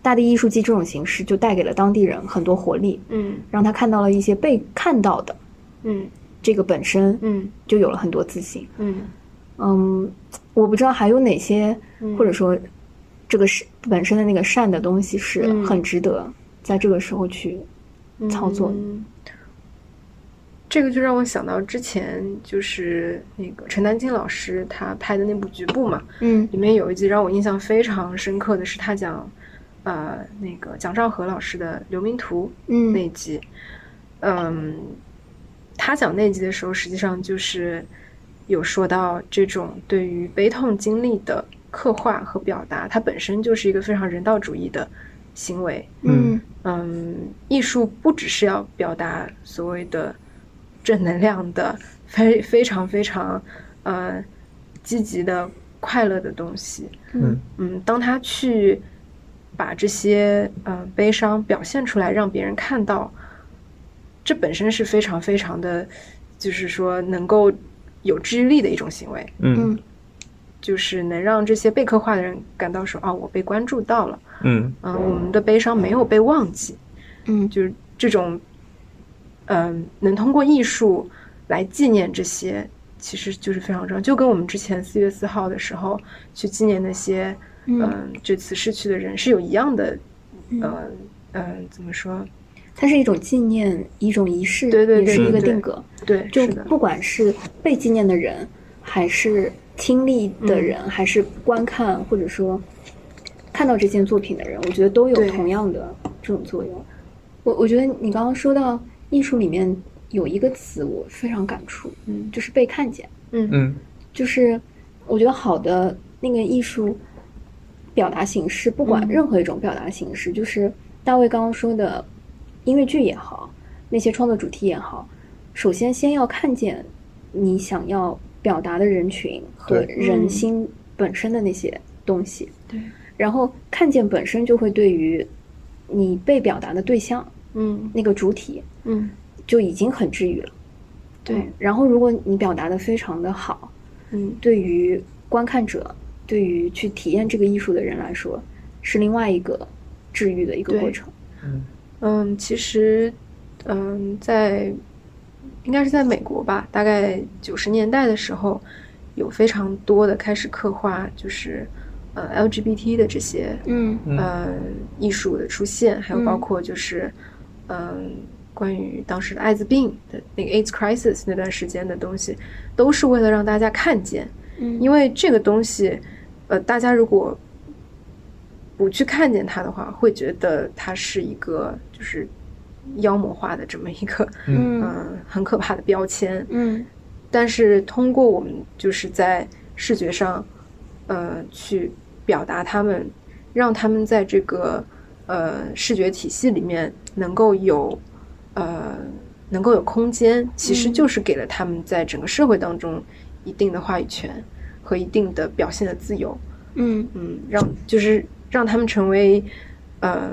[SPEAKER 2] 大地艺术季这种形式就带给了当地人很多活力，
[SPEAKER 4] 嗯
[SPEAKER 2] 让他看到了一些被看到的
[SPEAKER 4] 嗯
[SPEAKER 2] 这个本身，
[SPEAKER 4] 嗯
[SPEAKER 2] 就有了很多自信。
[SPEAKER 4] 嗯
[SPEAKER 2] 嗯，我不知道还有哪些，
[SPEAKER 4] 嗯
[SPEAKER 2] 或者说这个是本身的那个善的东西是
[SPEAKER 4] 嗯
[SPEAKER 2] 很值得在这个时候去，
[SPEAKER 4] 嗯
[SPEAKER 2] 操作
[SPEAKER 4] 嗯这个就让我想到之前就是那个陈丹青老师他拍的那部《局部》嘛，
[SPEAKER 2] 嗯
[SPEAKER 4] 里面有一集让我印象非常深刻的是他讲，呃，那个蒋兆和老师的《流民图》，那
[SPEAKER 2] 嗯
[SPEAKER 4] 一集，嗯，他讲那一集的时候，实际上就是有说到这种对于悲痛经历的刻画和表达，它本身就是一个非常人道主义的行为。
[SPEAKER 2] 嗯
[SPEAKER 4] 嗯，艺术不只是要表达所谓的正能量的非非常非常呃积极的快乐的东西，
[SPEAKER 2] 嗯
[SPEAKER 4] 嗯，当他去把这些呃悲伤表现出来，让别人看到，这本身是非常非常的，就是说能够有治愈力的一种行为，
[SPEAKER 3] 嗯
[SPEAKER 2] 嗯
[SPEAKER 4] 就是能让这些被刻画的人感到说啊，我被关注到了，
[SPEAKER 3] 嗯
[SPEAKER 4] 嗯、我们的悲伤没有被忘记，
[SPEAKER 2] 嗯
[SPEAKER 4] 就是这种，嗯、能通过艺术来纪念这些，其实就是非常重要。就跟我们之前四月四号的时候去纪念那些，嗯、
[SPEAKER 2] 嗯
[SPEAKER 4] 这次逝去的人是有一样的，
[SPEAKER 2] 嗯，
[SPEAKER 4] 嗯、呃、嗯、怎么说？
[SPEAKER 2] 它是一种纪念，一种仪式，
[SPEAKER 4] 对对
[SPEAKER 2] 也是
[SPEAKER 4] 对
[SPEAKER 2] 一个
[SPEAKER 4] 对
[SPEAKER 2] 定格。
[SPEAKER 4] 对，
[SPEAKER 2] 就是
[SPEAKER 4] 的，
[SPEAKER 2] 不管是被纪念的人，还是亲历
[SPEAKER 4] 嗯
[SPEAKER 2] 的人，还是观看或者说看到这件作品的人，我觉得都有
[SPEAKER 4] 对
[SPEAKER 2] 同样的这种作用。我我觉得你刚刚说到艺术里面有一个词，我非常感触，
[SPEAKER 4] 嗯
[SPEAKER 2] 就是被看见。
[SPEAKER 4] 嗯
[SPEAKER 3] 嗯
[SPEAKER 2] 就是我觉得好的那个艺术表达形式，不管
[SPEAKER 4] 嗯
[SPEAKER 2] 任何一种表达形式，就是大卫刚刚说的音乐剧也好，那些创作主题也好，首先先要看见你想要表达的人群和
[SPEAKER 3] 对
[SPEAKER 2] 人
[SPEAKER 4] 嗯
[SPEAKER 2] 心本身的那些东西，
[SPEAKER 4] 对，
[SPEAKER 2] 然后看见本身就会对于你被表达的对象
[SPEAKER 4] 嗯
[SPEAKER 2] 那个主体
[SPEAKER 4] 嗯，
[SPEAKER 2] 就已经很治愈了。
[SPEAKER 4] 对
[SPEAKER 2] 嗯，然后如果你表达的非常的好，
[SPEAKER 4] 嗯
[SPEAKER 2] 对于观看者，对于去体验这个艺术的人来说，是另外一个治愈的一个
[SPEAKER 4] 对
[SPEAKER 2] 过程。
[SPEAKER 4] 嗯，其实，嗯，在应该是在美国吧，大概九十年代的时候，有非常多的开始刻画，就是呃 LGBT 的这些。
[SPEAKER 2] 嗯
[SPEAKER 4] 呃艺术的出现，还有包括就是嗯、关于当时的艾滋病的那个 AIDS crisis 那段时间的东西，都是为了让大家看见，
[SPEAKER 2] 嗯
[SPEAKER 4] 因
[SPEAKER 2] 为
[SPEAKER 4] 为这个东西，呃，大家如果不去看见它的话，会觉得它是一个就是妖魔化的这么一个嗯、
[SPEAKER 2] 嗯
[SPEAKER 4] 很可怕的标签，
[SPEAKER 2] 嗯
[SPEAKER 4] 但是通过我们就是在视觉上，呃，去表达他们，让他们在这个呃视觉体系里面能够有呃能够有空间，其实就是给了他们在整个社会当中一定的话语权和一定的表现的自由。
[SPEAKER 2] 嗯
[SPEAKER 4] 嗯，让就是让他们成为呃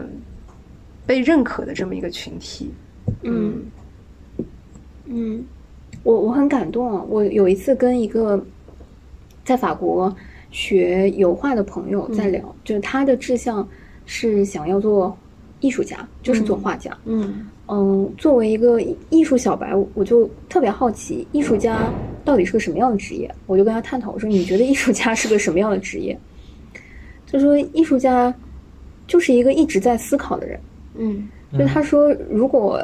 [SPEAKER 4] 被认可的这么一个群体。
[SPEAKER 2] 嗯嗯，我我很感动啊。我有一次跟一个在法国学油画的朋友在聊，就是他的志向是想要做艺术家，就是做画家。
[SPEAKER 4] 嗯
[SPEAKER 2] 嗯，作为一个艺艺术小白，我我就特别好奇，艺术家到底是个什么样的职业？我就跟他探讨，我说你觉得艺术家是个什么样的职业？他说艺术家就是一个一直在思考的人。
[SPEAKER 4] 嗯
[SPEAKER 2] 就他说，如果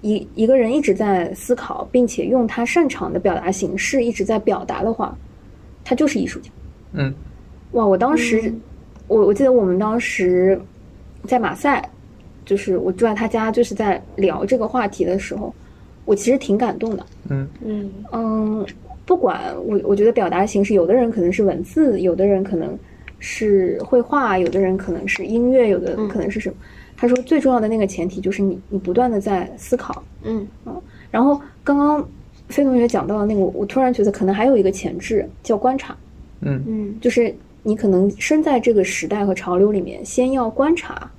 [SPEAKER 2] 一一个人一直在思考，并且用他擅长的表达形式一直在表达的话，他就是艺术家。
[SPEAKER 3] 嗯
[SPEAKER 2] 哇！我当时，我我记得我们当时在马赛，就是我住在他家，就是在聊这个话题的时候，我其实挺感动的。
[SPEAKER 3] 嗯
[SPEAKER 4] 嗯
[SPEAKER 2] 嗯，不管我，我觉得表达形式，有的人可能是文字，有的人可能是绘画，有的人可能是音乐，有的可能是什么。他说最重要的那个前提就是你，你不断的在思考。
[SPEAKER 4] 嗯
[SPEAKER 2] 然后刚刚飞同学讲到的那个，我突然觉得可能还有一个前置叫观察，
[SPEAKER 3] 嗯
[SPEAKER 4] 嗯
[SPEAKER 2] 就是你可能身在这个时代和潮流里面，先要观察，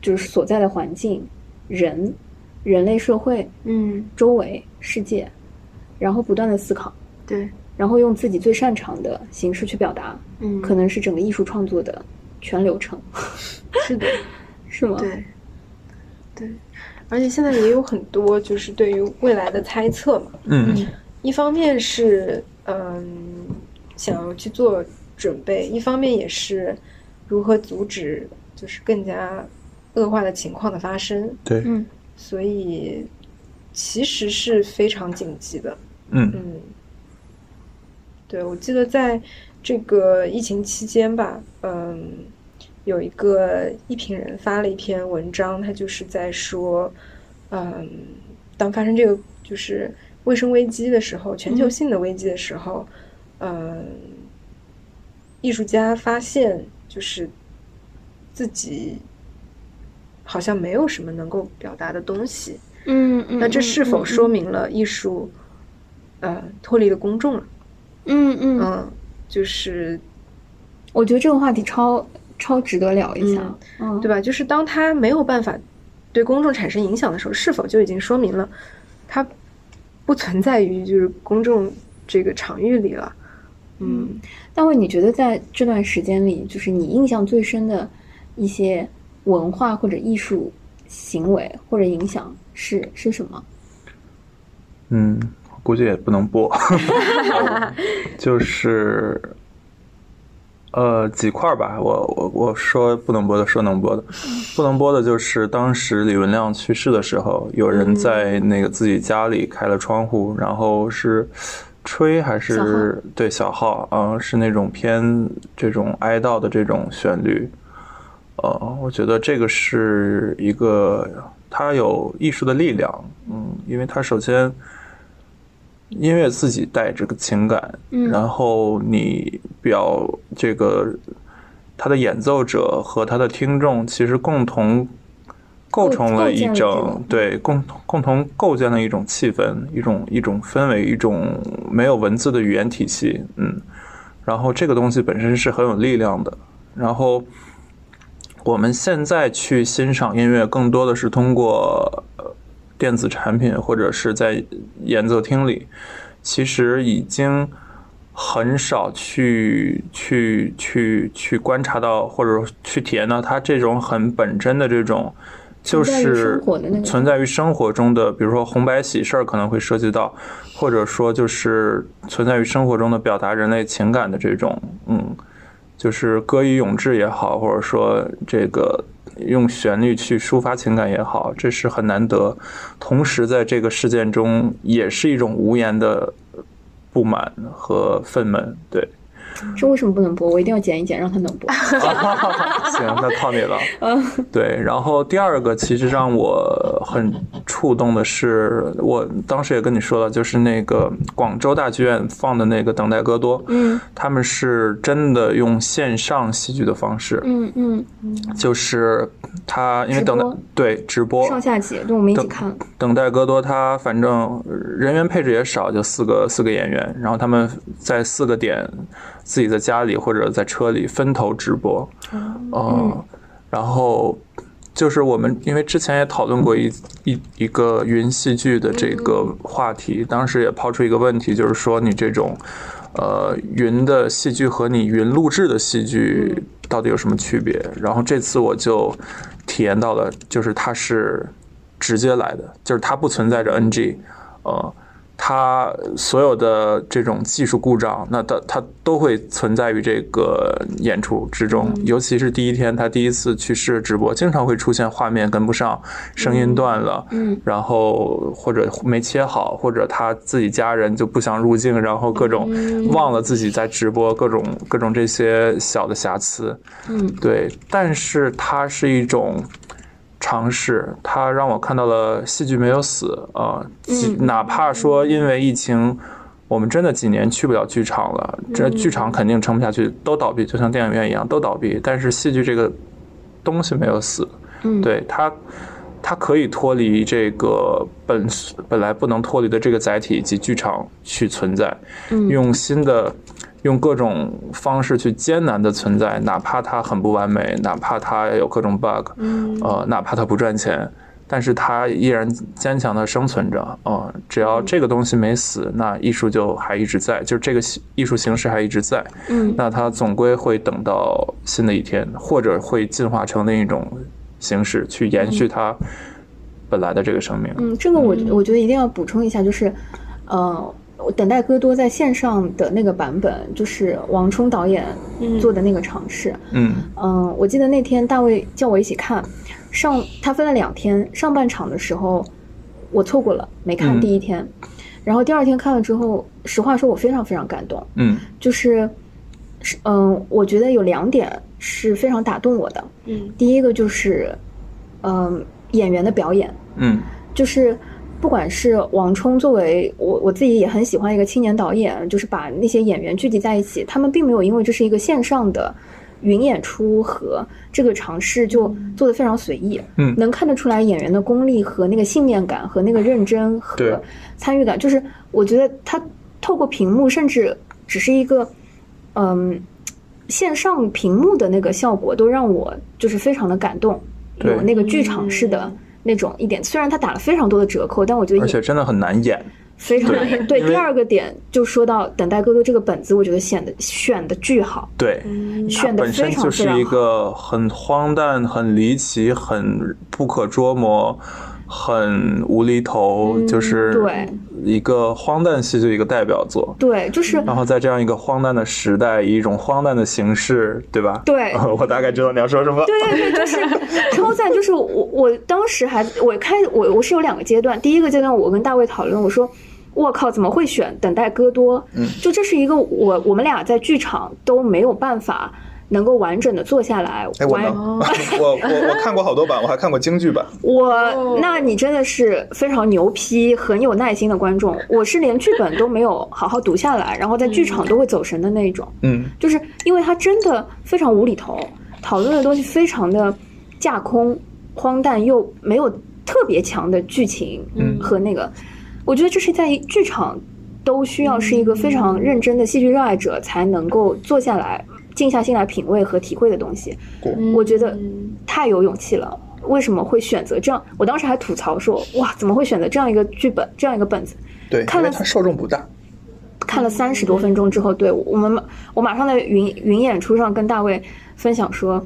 [SPEAKER 2] 就是所在的环境、人、人类社会、
[SPEAKER 4] 嗯，
[SPEAKER 2] 周围世界，然后不断的思考。
[SPEAKER 4] 对，
[SPEAKER 2] 然后用自己最擅长的形式去表达，
[SPEAKER 4] 嗯
[SPEAKER 2] 可能是整个艺术创作的全流程，
[SPEAKER 4] 是的。
[SPEAKER 2] 是吗？，
[SPEAKER 4] 对，对，而且现在也有很多就是对于未来的猜测嘛。
[SPEAKER 3] 嗯
[SPEAKER 4] 一方面是嗯想要去做准备，一方面也是如何阻止就是更加恶化的情况的发生，
[SPEAKER 3] 对
[SPEAKER 2] 嗯
[SPEAKER 4] 所以其实是非常紧急的。
[SPEAKER 3] 嗯
[SPEAKER 4] 嗯，对，我记得在这个疫情期间吧，嗯，有一个艺评人发了一篇文章，他就是在说，嗯，当发生这个就是卫生危机的时候，全球性的危机的时候，嗯，艺术家发现就是自己好像没有什么能够表达的东西，
[SPEAKER 2] 嗯嗯。
[SPEAKER 4] 那这是否说
[SPEAKER 2] 明？
[SPEAKER 4] 明了艺术，呃，脱离了公众了？
[SPEAKER 2] 嗯嗯嗯，
[SPEAKER 4] 嗯，就是
[SPEAKER 2] 我觉得这个话题超超值得聊一下，嗯，
[SPEAKER 4] 对吧？就是当它没有办法对公众产生影响的时候，是否就已经说明了它不存在于就是公众这个场域里了？嗯
[SPEAKER 2] 大卫，你觉得在这段时间里，就是你印象最深的一些文化或者艺术行为或者影响是是什么？
[SPEAKER 3] 嗯，估计也不 能播，就是呃几块儿吧，我我我说不能播的说能播的，不能播的就是当时李文亮去世的时候，有人在那个自己家里开了窗户，然后是。吹还
[SPEAKER 2] 小
[SPEAKER 3] 是
[SPEAKER 2] 号
[SPEAKER 3] 对小号，嗯、是那种偏这种哀悼的这种旋律，呃，我觉得这个是一个它有艺术的力量，嗯，因为它首先音乐自己带这个情感，
[SPEAKER 2] 嗯
[SPEAKER 3] 然后你表这个它的演奏者和他的听众其实共同构成
[SPEAKER 2] 构
[SPEAKER 3] 了
[SPEAKER 2] 建
[SPEAKER 3] 一
[SPEAKER 2] 了这
[SPEAKER 3] 种
[SPEAKER 2] 种
[SPEAKER 3] 对共共同构建了一种气氛，一种一种氛围，一种没有文字的语言体系，嗯，然后这个东西本身是很有力量的，然后。我们现在去欣赏音乐，更多的是通过呃电子产品或者是在演奏厅里，其实已经很少去去去去观察到或者去体验到它这种很本真的这种。就
[SPEAKER 2] 存在于
[SPEAKER 3] 是
[SPEAKER 2] 生活的那种
[SPEAKER 3] 存在于生活中的，比如说红白喜事儿可能会涉及到，或者说就是存在于生活中的表达人类情感的这种，嗯，就是歌以咏志也好，或者说这个用旋律去抒发情感也好，这是很难得。同时，在这个事件中，也是一种无言的不满和愤懑。对，
[SPEAKER 2] 这为什么不能播？我一定要剪一剪，让它能 播。嗯
[SPEAKER 3] 行，那靠你了。对，然后第二个其实让我很触动的是，我当时也跟你说了，就是那个广州大剧院放的那个《等待戈多》，
[SPEAKER 2] 嗯
[SPEAKER 3] 他们是真的用线上戏剧的方式，
[SPEAKER 2] 嗯嗯，
[SPEAKER 3] 就是他因为
[SPEAKER 2] 直
[SPEAKER 3] 等待
[SPEAKER 2] 播
[SPEAKER 3] 对直播
[SPEAKER 2] 上下集，对，我们一起
[SPEAKER 3] 等
[SPEAKER 2] 看了。
[SPEAKER 3] 等待戈多，他反正人员配置也少，就四个四个演员，然后他们在四个点自己在家里或者在车里分头直播，
[SPEAKER 2] 哦嗯
[SPEAKER 3] 呃然后就是我们因为之前也讨论过一一一个云戏剧的这个话
[SPEAKER 2] 嗯
[SPEAKER 3] 题，当时也抛出一个问题，就是说你这种呃云的戏剧和你云录制的戏剧到底有什么区别？然后这次我就体验到了，就是它是直接来的，就是它不存在着 NG，呃。它所有的这种技术故障，那它它都会存在于这个演出之中，
[SPEAKER 2] 嗯
[SPEAKER 3] 尤其是第一天，他第一次去试直播，经常会出现画面跟不上，声音断了，
[SPEAKER 2] 嗯，
[SPEAKER 3] 然后或者没切好，或者他自己家人就不想入镜，然后各种
[SPEAKER 2] 嗯
[SPEAKER 3] 忘了自己在直播，各种各种这些小的瑕疵，
[SPEAKER 2] 嗯，
[SPEAKER 3] 对，但是它是一种尝试，它让我看到了戏剧没有死啊、呃即哪怕说因为疫情，我们真的几年去不了剧场了，这剧场肯定撑不下去，都倒闭，就像电影院一样都倒闭，但是戏剧这个东西没有死，
[SPEAKER 2] 嗯
[SPEAKER 3] 对它。它可以脱离这个本本来不能脱离的这个载体以及剧场去存在，用新的、用各种方式去艰难的存在，哪怕它很不完美，哪怕它有各种 bug，、呃，
[SPEAKER 4] 嗯
[SPEAKER 3] 哪怕它不赚钱，但是它依然坚强的生存着。啊、只
[SPEAKER 2] 嗯
[SPEAKER 3] 要这个东西没死，那艺术就还一直在，就是这个形艺术形式还一直在。
[SPEAKER 2] 嗯
[SPEAKER 3] 那它总归会等到新的一天，或者会进化成另一种形式去延续它本来的这个生命。
[SPEAKER 2] 嗯，这个我我觉得一定要补充一下，就是，呃，我等待戈多在线上的那个版本，就是王冲导演做的那个尝试。
[SPEAKER 3] 嗯
[SPEAKER 2] 嗯、我记得那天大卫叫我一起看，上他分了两天，上半场的时候我错过了，没看
[SPEAKER 3] 嗯
[SPEAKER 2] 第一天，然后第二天看了之后，实话说我非常非常感动，
[SPEAKER 3] 嗯
[SPEAKER 2] 就是，是嗯，我觉得有两点是非常打动我的，
[SPEAKER 4] 嗯
[SPEAKER 2] 第一个就是，嗯、演员的表演。
[SPEAKER 3] 嗯
[SPEAKER 2] 就是不管是王冲作为我我自己也很喜欢一个青年导演，就是把那些演员聚集在一起，他们并没有因为这是一个线上的云演出和这个尝试就做得非常随意，
[SPEAKER 3] 嗯
[SPEAKER 2] 能看得出来演员的功力和那个信念感和那个认真
[SPEAKER 3] 对
[SPEAKER 2] 和参与感，就是我觉得他透过屏幕，甚至只是一个嗯。线上屏幕的那个效果都让我就是非常的感动，
[SPEAKER 3] 对
[SPEAKER 2] 有那个剧场式的那种一点。虽然他打了非常多的折扣，但我觉得
[SPEAKER 3] 而
[SPEAKER 2] 也
[SPEAKER 3] 且真的很难演。
[SPEAKER 2] 非常难演。对，
[SPEAKER 3] 因为
[SPEAKER 2] 第二个点就说到《等待哥哥》这个本子，我觉得选的选的巨好，
[SPEAKER 3] 对，它
[SPEAKER 2] 选的
[SPEAKER 3] 本
[SPEAKER 2] 嗯
[SPEAKER 3] 身
[SPEAKER 2] 非常
[SPEAKER 3] 就
[SPEAKER 2] 非
[SPEAKER 3] 是
[SPEAKER 2] 常
[SPEAKER 3] 一
[SPEAKER 2] 好。
[SPEAKER 3] 个很荒诞、很离奇、很不可捉摸、很无厘头，就
[SPEAKER 2] 嗯
[SPEAKER 3] 是
[SPEAKER 2] 对
[SPEAKER 3] 一个荒诞戏剧的一个代表作。
[SPEAKER 2] 对，就是
[SPEAKER 3] 然后在这样一个荒诞的时代，以一种荒诞的形式，对吧？
[SPEAKER 2] 对
[SPEAKER 3] 我大概知道你要说什么。
[SPEAKER 2] 对对对，就是超赞！就是我我当时还我开我我是有两个阶段，第一个阶段我跟大卫讨论，我说。我靠，怎么会选《等待戈多》？嗯，就这是一个我我们俩在剧场都没有办法能够完整的坐下来
[SPEAKER 3] 哎，我
[SPEAKER 2] 完
[SPEAKER 3] 能， 我我我看过好多版，我还看过京剧版。
[SPEAKER 2] 我，那你真的是非常牛批、很有耐心的观众。我是连剧本都没有好好读下来，然后在剧场都会走神的那一种，
[SPEAKER 3] 嗯
[SPEAKER 2] 就是因为它真的非常无厘头，讨论的东西非常的架空、荒诞，又没有特别强的剧情
[SPEAKER 3] 嗯
[SPEAKER 2] 和那个。我觉得这是在剧场都需要是一个非常认真的戏剧热爱者才能够坐下来、静下心来品味和体会的东西。
[SPEAKER 4] 嗯
[SPEAKER 2] 我觉得太有勇气了。为什么会选择这样？我当时还吐槽说：“哇，怎么会选择这样一个剧本，这样一个本子
[SPEAKER 3] 对，
[SPEAKER 2] 看
[SPEAKER 3] 因为
[SPEAKER 2] 了
[SPEAKER 3] 它受众不大。？”
[SPEAKER 2] 看了三十多分钟之后，对我们，我马上在云云演出上跟大卫分享说：“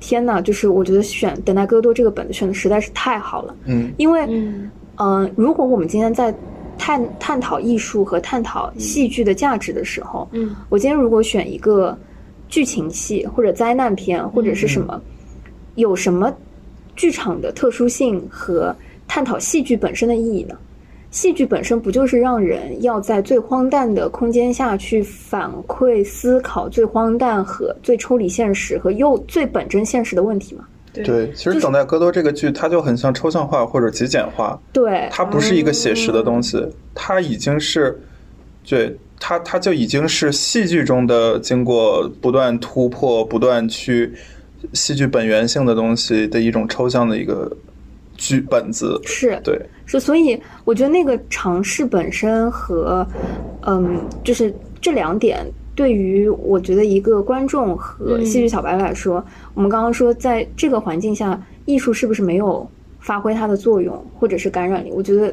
[SPEAKER 2] 天呐，就是我觉得选《等待戈多》这个本子选的实在是太好了，
[SPEAKER 3] 嗯
[SPEAKER 2] 因为
[SPEAKER 4] 嗯
[SPEAKER 2] 嗯，如果我们今天在探探讨艺术和探讨戏剧的价值的时候，
[SPEAKER 4] 嗯，
[SPEAKER 2] 我今天如果选一个剧情戏或者灾难片或者是什么，有什么剧场的特殊性和探讨戏剧本身的意义呢？戏剧本身不就是让人要在最荒诞的空间下去反馈、思考最荒诞和最抽离现实和又最本真现实的问题吗？
[SPEAKER 3] 对，其实《等待戈多》这个剧，它就很像抽象化或者极简化，
[SPEAKER 2] 对，
[SPEAKER 3] 它不是一个写实的东西，它已经是，对，它它就已经是戏剧中的经过不断突破、不断去戏剧本源性的东西的一种抽象的一个剧本子，
[SPEAKER 2] 是
[SPEAKER 3] 对，
[SPEAKER 2] 是，所以我觉得那个尝试本身和，嗯，就是这两点，对于我觉得一个观众和戏剧小白来说，我们刚刚说在这个环境下，艺术是不是没有发挥它的作用或者是感染力？我觉得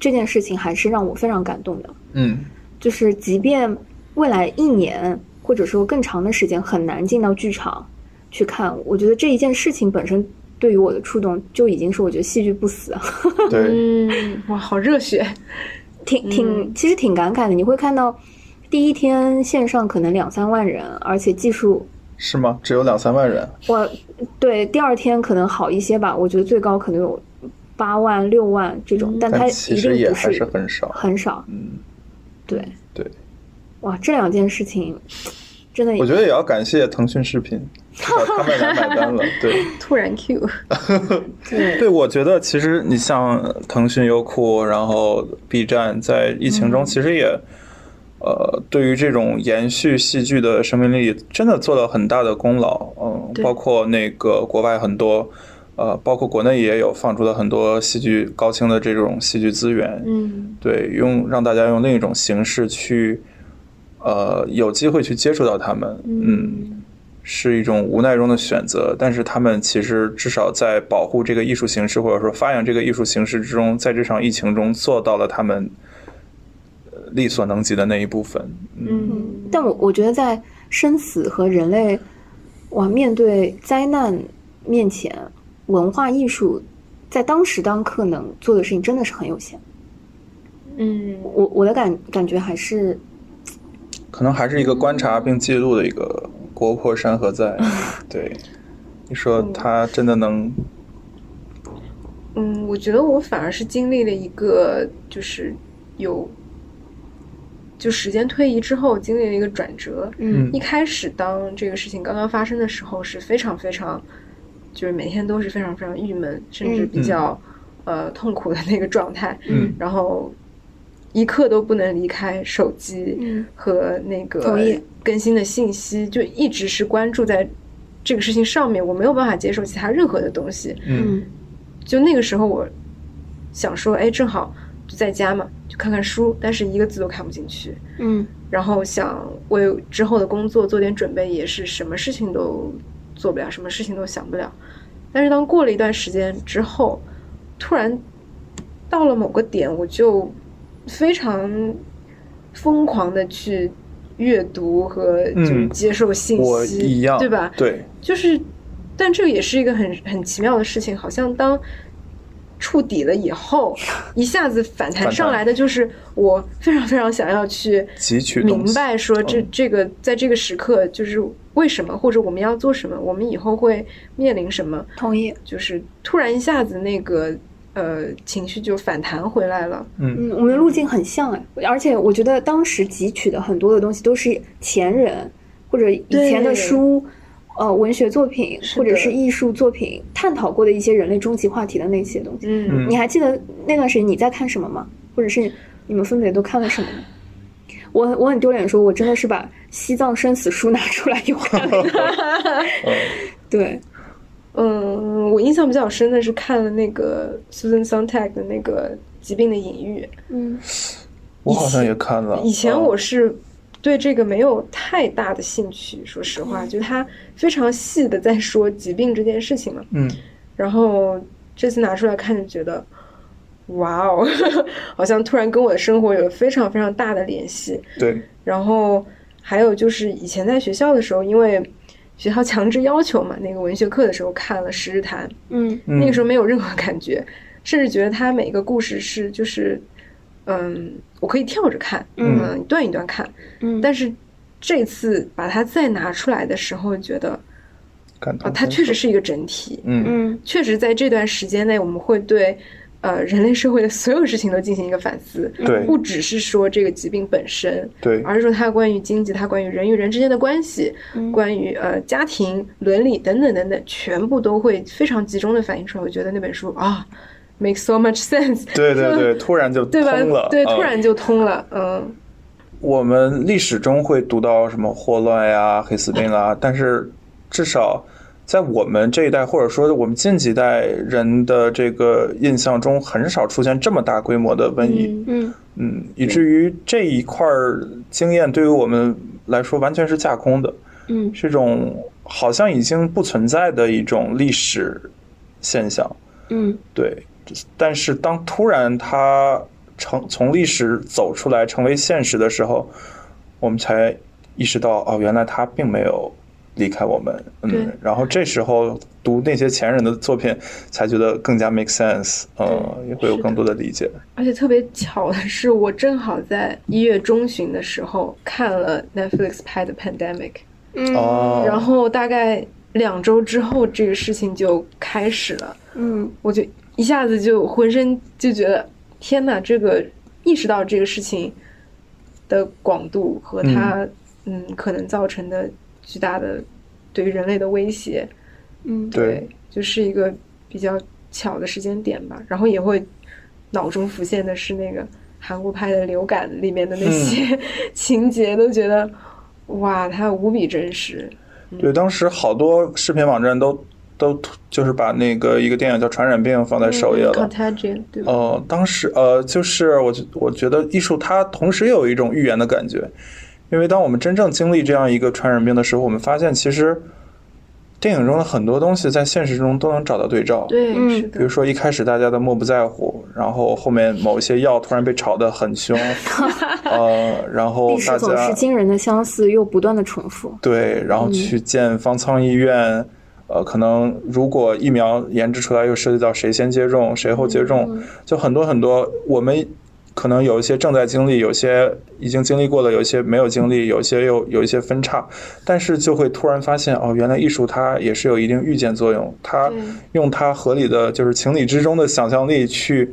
[SPEAKER 2] 这件事情还是让我非常感动的。
[SPEAKER 3] 嗯，
[SPEAKER 2] 就是即便未来一年或者说更长的时间很难进到剧场去看，我觉得这一件事情本身对于我的触动就已经是我觉得戏剧不死啊，
[SPEAKER 3] 对，
[SPEAKER 4] 嗯，哇，好热血，
[SPEAKER 2] 挺挺其实挺感慨的。你会看到第一天线上可能两三万人，而且技术
[SPEAKER 3] 是吗？只有两三万人，
[SPEAKER 2] 我对第二天可能好一些吧，我觉得最高可能有八万六万这种，但它
[SPEAKER 3] 但
[SPEAKER 2] 一
[SPEAKER 3] 其
[SPEAKER 2] 定
[SPEAKER 3] 实也
[SPEAKER 2] 不
[SPEAKER 3] 还是
[SPEAKER 2] 是
[SPEAKER 3] 很少，
[SPEAKER 2] 很少。
[SPEAKER 3] 嗯，
[SPEAKER 2] 对，
[SPEAKER 3] 对，
[SPEAKER 2] 哇，这两件事情真的
[SPEAKER 3] 我觉得也要感谢腾讯视频，至少他们来买单了，对。
[SPEAKER 4] 突然 Q，
[SPEAKER 2] 对
[SPEAKER 3] 对，我觉得其实你像腾讯、优酷，然后 B 站，在疫情中其实也，呃，对于这种延续戏剧的生命力，真的做了很大的功劳。嗯，
[SPEAKER 4] 对
[SPEAKER 3] 包括那个国外很多，呃，包括国内也有放出了很多戏剧高清的这种戏剧资源。
[SPEAKER 4] 嗯，
[SPEAKER 3] 对，用让大家用另一种形式去，呃，有机会去接触到他们。嗯是一种无奈中的选择，但是他们其实至少在保护这个艺术形式，或者说发扬这个艺术形式之中，在这场疫情中做到了他们呃力所能及的那一部分。嗯，
[SPEAKER 4] 嗯，
[SPEAKER 2] 但我我觉得在生死和人类哇面对灾难面前，文化艺术在当时当刻能做的事情真的是很有限。
[SPEAKER 4] 嗯，
[SPEAKER 2] 我我的感感觉还是
[SPEAKER 3] 可能还是一个观察并记录的一个“国破山河在”。对，你说他真的能
[SPEAKER 4] 嗯，我觉得我反而是经历了一个，就是有，就时间推移之后，经历了一个转折。
[SPEAKER 2] 嗯
[SPEAKER 4] 一开始当这个事情刚刚发生的时候，是非常非常，就是每天都是非常非常郁闷，甚至
[SPEAKER 2] 嗯
[SPEAKER 4] 比较、呃痛苦的那个状态。
[SPEAKER 3] 嗯
[SPEAKER 4] 然后一刻都不能离开手机
[SPEAKER 2] 嗯
[SPEAKER 4] 和那
[SPEAKER 2] 同
[SPEAKER 4] 个
[SPEAKER 2] 意
[SPEAKER 4] 更新的信息，就一直是关注在这个事情上面，我没有办法接受其他任何的东西。
[SPEAKER 3] 嗯
[SPEAKER 4] 就那个时候，我想说，哎，正好就在家嘛，就看看书，但是一个字都看不进去。
[SPEAKER 2] 嗯
[SPEAKER 4] 然后想为之后的工作做点准备，也是什么事情都做不了，什么事情都想不了。但是当过了一段时间之后，突然到了某个点，我就非常疯狂的去阅读和
[SPEAKER 3] 嗯
[SPEAKER 4] 就是接受信
[SPEAKER 3] 我
[SPEAKER 4] 息，
[SPEAKER 3] 一样，
[SPEAKER 4] 对吧？
[SPEAKER 3] 对，
[SPEAKER 4] 就是，但这个也是一个很很奇妙的事情，好像当触底了以后，一下子反
[SPEAKER 3] 反
[SPEAKER 4] 弹
[SPEAKER 3] 弹
[SPEAKER 4] 上来的就是我非常非常想要去
[SPEAKER 3] 汲取东西
[SPEAKER 4] 明白说这
[SPEAKER 3] 嗯
[SPEAKER 4] 这个在这个时刻就是为什么，或者我们要做什么，我们以后会面临什么，
[SPEAKER 2] 同意
[SPEAKER 4] 就是突然一下子那个呃情绪就反弹回来了，
[SPEAKER 3] 嗯
[SPEAKER 2] 嗯，我们的路径很像哎，而且我觉得当时汲取的很多的东西都是前人或者以前的
[SPEAKER 4] 对
[SPEAKER 2] 书。呃，文学作品
[SPEAKER 4] 是
[SPEAKER 2] 或者
[SPEAKER 4] 的
[SPEAKER 2] 是艺术作品探讨过的一些人类终极话题的那些东西，
[SPEAKER 4] 嗯
[SPEAKER 2] 你还记得那段时间你在看什么吗？或者是你们分别都看了什么吗？我我很丢脸地说，我真的是把《西藏生死书》拿 出来又看了一 遍。对，
[SPEAKER 4] 嗯，我印象比较深的是看了那个 Susan Sontag 的那个《疾病的隐喻》。
[SPEAKER 2] 嗯
[SPEAKER 3] 我好像也看了，
[SPEAKER 4] 以前
[SPEAKER 3] 嗯
[SPEAKER 4] 我是对这个没有太大的兴趣，说实话，就他非常细的在说疾病这件事情嘛。
[SPEAKER 3] 嗯
[SPEAKER 4] 然后这次拿出来看，就觉得，哇哦， 好像突然跟我的生活有非常非常大的联系。
[SPEAKER 3] 对，
[SPEAKER 4] 然后还有就是以前在学校的时候，因为学校强制要求嘛，那个文学课的时候看了《十日谈》，
[SPEAKER 2] 嗯
[SPEAKER 4] 那个时
[SPEAKER 3] 候
[SPEAKER 4] 候没有任何感觉，甚至觉得它每个故事是就是，嗯，我可以跳着看，
[SPEAKER 2] 嗯
[SPEAKER 4] 一段一段看。
[SPEAKER 2] 嗯，
[SPEAKER 4] 但是这次把它再拿出来的时候，觉得
[SPEAKER 3] 感同
[SPEAKER 4] 啊，它
[SPEAKER 3] 身
[SPEAKER 4] 确实
[SPEAKER 3] 受
[SPEAKER 4] 是一个整体，
[SPEAKER 3] 嗯
[SPEAKER 2] 嗯
[SPEAKER 4] 确实在这段时间内，我们会对呃人类社会的所有事情都进行一个反思，
[SPEAKER 3] 对
[SPEAKER 4] 不只是说这个疾病本身，
[SPEAKER 3] 对
[SPEAKER 4] 而是说它关于经济，它关于人与人之间的关系，关于呃家庭伦理等等等等，全部都会非常集中的反映出来。我觉得那本书啊、m a k e so much sense，
[SPEAKER 3] 对对
[SPEAKER 4] 就
[SPEAKER 3] 对，突然就
[SPEAKER 4] 对
[SPEAKER 3] 通
[SPEAKER 4] 吧？
[SPEAKER 3] 了，
[SPEAKER 4] 对，
[SPEAKER 3] 嗯
[SPEAKER 4] 突然就通了，嗯，
[SPEAKER 3] 我们历史中会读到什么霍乱呀、黑死病啦，但是至少在我们这一代，或者说我们近几代人的这个印象中，很少出现这么大规模的瘟疫。
[SPEAKER 2] 嗯，
[SPEAKER 3] 嗯，以至于这一块儿经验对于我们来说完全是架空的，
[SPEAKER 2] 嗯
[SPEAKER 3] 是一种好像已经不存在的一种历史现象。
[SPEAKER 2] 嗯
[SPEAKER 3] 对，但是当突然它成从历史走出来，成为现实的时候，我们才意识到，哦，原来它并没有离开我们。
[SPEAKER 4] 对
[SPEAKER 3] 嗯，然后这时候读那些前人的作品，才觉得更加 make sense，嗯，也会有
[SPEAKER 4] 是
[SPEAKER 3] 更
[SPEAKER 4] 的
[SPEAKER 3] 多的理解。
[SPEAKER 4] 而且特别巧的是，我正好在一月中旬的时候看了 Netflix 拍的《Pandemic》，
[SPEAKER 2] 嗯
[SPEAKER 3] 哦，
[SPEAKER 4] 然后大概两周之后，这个事情就开始了，
[SPEAKER 2] 嗯
[SPEAKER 4] 我就一下子就浑身就觉得天呐，这个意识到这个事情的广度和它嗯可能造成的巨大的对于人类的威胁，
[SPEAKER 2] 嗯，
[SPEAKER 3] 对，
[SPEAKER 4] 就是一个比较巧的时间点吧。然后也会脑中浮现的是那个韩国拍的《流感》里面的
[SPEAKER 3] 嗯
[SPEAKER 4] 那些 情节，都觉得哇，它无比真实。
[SPEAKER 3] 对，当时好多视频网站都都就是把那个一个电影叫《传染病》放在首页了。
[SPEAKER 4] 嗯 Contagion，对吧？
[SPEAKER 3] 哦，当时呃，就是我觉我觉得艺术它同时也有一种预言的感觉，因为当我们真正经历这样一个传染病的时候，我们发现其实电影中的很多东西在现实中都能找到对照。
[SPEAKER 4] 对，
[SPEAKER 2] 嗯
[SPEAKER 4] 是
[SPEAKER 3] 比如
[SPEAKER 4] 的，
[SPEAKER 3] 说一开始大家的漠不在乎，然后后面某些药突然被炒得 很凶，呃，然后
[SPEAKER 2] 历史
[SPEAKER 3] 大
[SPEAKER 2] 总
[SPEAKER 3] 家
[SPEAKER 2] 是惊人的相似，又不断的重复。
[SPEAKER 3] 对，然后去建方舱医院，呃，可能如果疫苗研制出来，又涉及到谁先接种，谁后接种，就很多很多。我们可能有一些正在经历，有些已经经历过了，有一些没有经历，有些又有一些分叉，但是就会突然发现，哦，原来艺术它也是有一定预见作用，它
[SPEAKER 4] 对
[SPEAKER 3] 用它合理的就是情理之中的想象力去。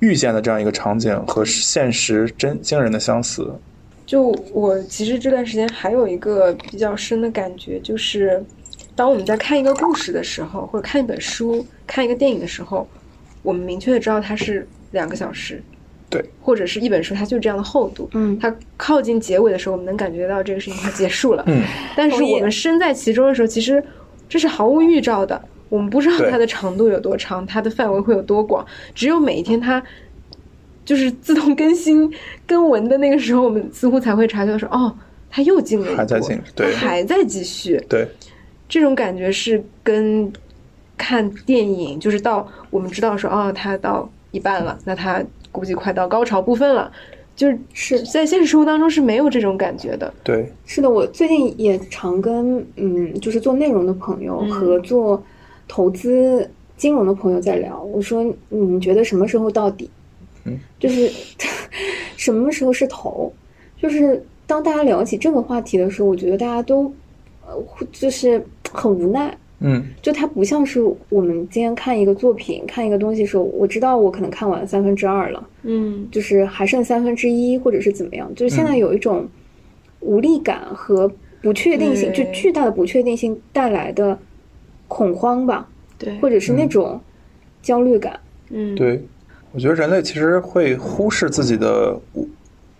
[SPEAKER 3] 预见的这样一个场景和现实真惊人的相似，
[SPEAKER 4] 就我其实这段时间还有一个比较深的感觉，就是当我们在看一个故事的时候，或者看一本书、看一个电影的时候，我们明确的知道它是两个小时，
[SPEAKER 3] 对，
[SPEAKER 4] 或者是一本书，它就是这样的厚度。
[SPEAKER 2] 嗯
[SPEAKER 4] 它靠近结尾的时候，我们能感觉到这个事情它结束了。
[SPEAKER 3] 嗯，
[SPEAKER 4] 但是
[SPEAKER 2] 同意
[SPEAKER 4] 我们身在其中的时候，其实这是毫无预兆的，我们不知道
[SPEAKER 3] 对
[SPEAKER 4] 它的长度有多长，它的范围会有多广，只有每一天它就是自动更新更文的那个时候，我们似乎才会察觉到说，哦，它又进了一
[SPEAKER 3] 还在
[SPEAKER 4] 波
[SPEAKER 3] 进对
[SPEAKER 4] 它还在继续，
[SPEAKER 3] 对，
[SPEAKER 4] 这种感觉是跟看电影，就是到我们知道说，哦，它到一半了，那它估计快到高潮部分了，就是
[SPEAKER 2] 是
[SPEAKER 4] 在现实生活当中是没有这种感觉的，
[SPEAKER 3] 对，
[SPEAKER 2] 是的，我最近也常跟嗯，就是做内容的朋友
[SPEAKER 4] 嗯
[SPEAKER 2] 和做投资金融的朋友在聊。我说，你们觉得什么时候到底？
[SPEAKER 3] 嗯，
[SPEAKER 2] 就是 什么时候是头？就是当大家聊起这个话题的时候，我觉得大家都呃，会就是很无奈。
[SPEAKER 3] 嗯，
[SPEAKER 2] 就它不像是我们今天看一个作品、看一个东西的时候，我知道我可能看完三分之二了，
[SPEAKER 4] 嗯，
[SPEAKER 2] 就是还剩三分之一，或者是怎么样，就是现在有一种无力感和不确定性，
[SPEAKER 4] 对
[SPEAKER 2] 就巨大的不确定性带来的恐慌吧，
[SPEAKER 4] 对，
[SPEAKER 2] 或者是那种焦虑感。
[SPEAKER 4] 嗯，
[SPEAKER 3] 对，我觉得人类其实会忽视自己的无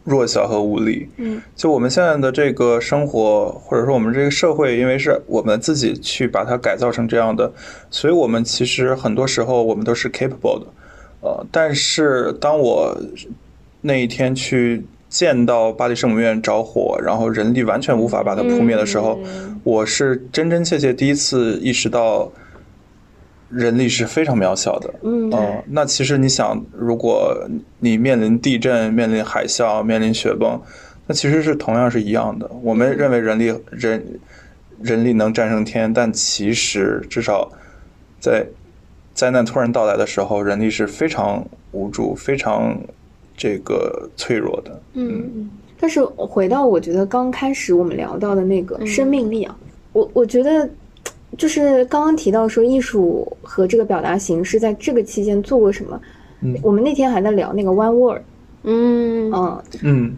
[SPEAKER 3] 弱小和无力。
[SPEAKER 2] 嗯，
[SPEAKER 3] 就我们现在的这个生活，或者说我们这个社会，因为是我们自己去把它改造成这样的，所以我们其实很多时候我们都是 capable 的。呃，但是当我那一天去见到巴黎圣母院着火，然后人力完全无法把它扑灭的时候，
[SPEAKER 4] 嗯
[SPEAKER 3] 我是真真切切第一次意识到，人力是非常渺小的。
[SPEAKER 2] 嗯
[SPEAKER 3] 哦，那其实你想，如果你面临地震、面临海啸、面临雪崩，那其实是同样是一样的。我们认为人力人人力能战胜天，但其实至少在灾难突然到来的时候，人力是非常无助、非常这个脆弱的。
[SPEAKER 2] 嗯，但是回到我觉得刚开始我们聊到的那个
[SPEAKER 4] 嗯
[SPEAKER 2] 生命力啊，我我觉得就是刚刚提到说艺术和这个表达形式在这个期间做过什么，
[SPEAKER 3] 嗯
[SPEAKER 2] 我们那天还在聊那个 One Word，
[SPEAKER 4] 嗯，
[SPEAKER 2] 嗯，
[SPEAKER 3] 嗯，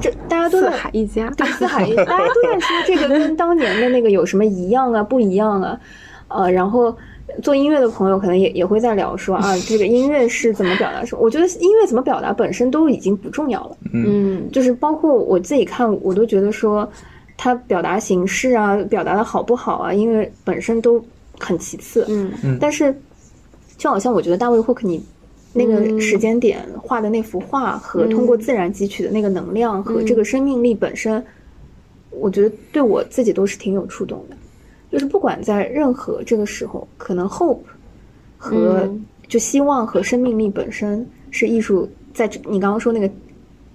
[SPEAKER 2] 这大家都
[SPEAKER 4] 四
[SPEAKER 2] 在
[SPEAKER 4] 海一家，
[SPEAKER 2] 对四海一，大家都在说这个跟当年的那个有什么一样啊，不一样啊，呃，然后做音乐的朋友可能也也会在聊说啊，这个音乐是怎么表达什么？我觉得音乐怎么表达本身都已经不重要了，
[SPEAKER 4] 嗯
[SPEAKER 2] 就是包括我自己看，我都觉得说它表达形式啊，表达的好不好啊，音乐本身都很其次，
[SPEAKER 4] 嗯
[SPEAKER 2] 但是就好像我觉得大卫霍克尼。那个
[SPEAKER 4] 嗯
[SPEAKER 2] 时间点画的那幅画和通过自然汲取的那个能量和
[SPEAKER 4] 嗯
[SPEAKER 2] 这个生命力本身，我觉得对我自己都是挺有触动的。就是不管在任何这个时候，可能 hope 和
[SPEAKER 4] 嗯
[SPEAKER 2] 就希望和生命力本身是艺术，在这你刚刚说那个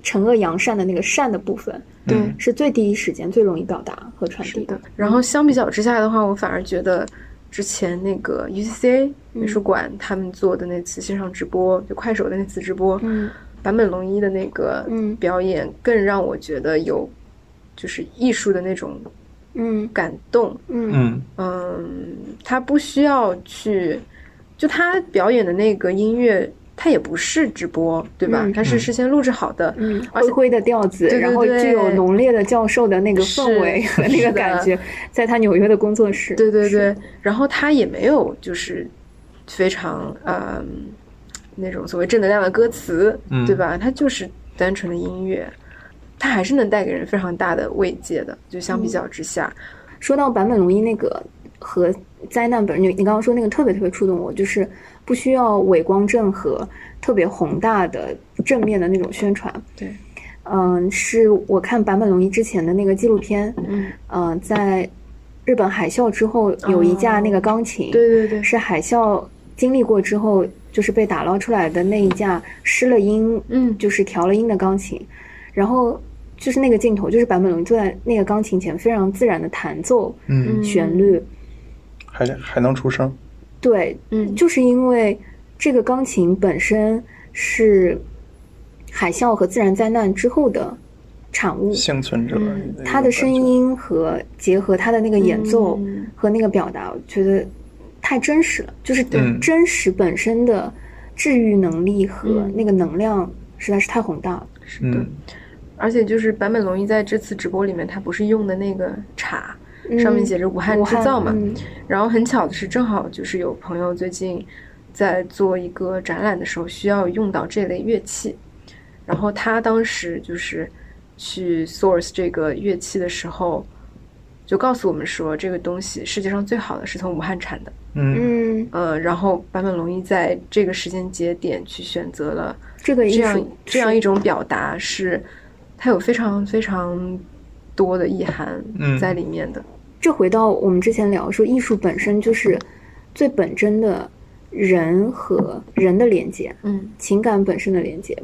[SPEAKER 2] 惩恶扬善的那个善的部分，
[SPEAKER 3] 嗯
[SPEAKER 4] 对，
[SPEAKER 2] 是最第一时间最容易表达和传
[SPEAKER 4] 是
[SPEAKER 2] 递
[SPEAKER 4] 的。。然后相比较之下的话，我反而觉得之前那个
[SPEAKER 2] 嗯
[SPEAKER 4] UCCA 美术馆他们做的那次线上直播，就快手的那次直播，
[SPEAKER 2] 嗯
[SPEAKER 4] 坂本龙一的那个
[SPEAKER 2] 嗯
[SPEAKER 4] 表演，更让我觉得有就是艺术的那种
[SPEAKER 2] 嗯
[SPEAKER 4] 感动。
[SPEAKER 2] 嗯
[SPEAKER 3] 嗯
[SPEAKER 4] 嗯，他不需要去，就他表演的那个音乐，他也不是直播，对吧？
[SPEAKER 2] 嗯
[SPEAKER 4] 他是事先录制好的，
[SPEAKER 2] 嗯，
[SPEAKER 4] 而且
[SPEAKER 2] 灰灰的调子，
[SPEAKER 4] 对对
[SPEAKER 2] 然后具有
[SPEAKER 4] 对
[SPEAKER 2] 浓烈的教授的那个
[SPEAKER 4] 是
[SPEAKER 2] 氛围和那个
[SPEAKER 4] 是的
[SPEAKER 2] 感觉，在他纽约的工作室，
[SPEAKER 4] 对对
[SPEAKER 2] 是
[SPEAKER 4] 对，然后他也没有就是非常嗯那种所谓正能量的歌词，
[SPEAKER 3] 嗯
[SPEAKER 4] 对吧？他就是单纯的音乐，他还是能带给人非常大的慰藉的。就相比较之下，
[SPEAKER 2] 说到坂本龙一那个和灾难本，你你刚刚说那个特别特别触动我，就是不需要伪光正和特别宏大的正面的那种宣传。
[SPEAKER 4] 对，
[SPEAKER 2] 嗯，是我看坂本龙一之前的那个纪录片，
[SPEAKER 4] 嗯，
[SPEAKER 2] 嗯、在日本海啸之后有一架那个钢琴，
[SPEAKER 4] 哦对对对，
[SPEAKER 2] 是海啸经历过之后，就是被打捞出来的那一架失了音，
[SPEAKER 4] 嗯
[SPEAKER 2] 就是调了音的钢琴，然后就是那个镜头，就是坂本龙一坐在那个钢琴前，非常自然的弹奏
[SPEAKER 3] 嗯，
[SPEAKER 2] 旋律，
[SPEAKER 3] 还还能出声，
[SPEAKER 2] 对，
[SPEAKER 4] 嗯
[SPEAKER 2] 就是因为这个钢琴本身是海啸和自然灾难之后的产物，
[SPEAKER 3] 幸存者
[SPEAKER 4] 嗯，
[SPEAKER 2] 他的声，音和结合他的那个演奏
[SPEAKER 4] 嗯
[SPEAKER 2] 和那个表达，我觉得太真实了，就是
[SPEAKER 3] 嗯
[SPEAKER 2] 真实本身的治愈能力和
[SPEAKER 4] 嗯
[SPEAKER 2] 那个能量实在是太宏大了。
[SPEAKER 4] 是的。
[SPEAKER 3] 嗯
[SPEAKER 4] 而且就是坂本龙一在这次直播里面，他不是用的那个茶，嗯上面写着“武汉
[SPEAKER 2] 嗯武
[SPEAKER 4] 制
[SPEAKER 2] 汉
[SPEAKER 4] 造”嘛，
[SPEAKER 2] 嗯
[SPEAKER 4] 然后很巧的是，正好就是有朋友最近在做一个展览的时候需要用到这类乐器，然后他当时就是去 source 这个乐器的时候，就告诉我们说这个东西世界上最好的是从武汉产的，
[SPEAKER 3] 嗯
[SPEAKER 2] 嗯，
[SPEAKER 4] 呃，然后坂本龙一在这个时间节点去选择了
[SPEAKER 2] 这个艺
[SPEAKER 4] 这
[SPEAKER 2] 术
[SPEAKER 4] 样这样
[SPEAKER 2] 是
[SPEAKER 4] 一种表达是，它有非常非常多的意涵
[SPEAKER 3] 嗯
[SPEAKER 4] 在里面的，
[SPEAKER 2] 这回到我们之前聊说，艺术本身就是最本真的人和人的连接，
[SPEAKER 4] 嗯
[SPEAKER 2] 情感本身的连接。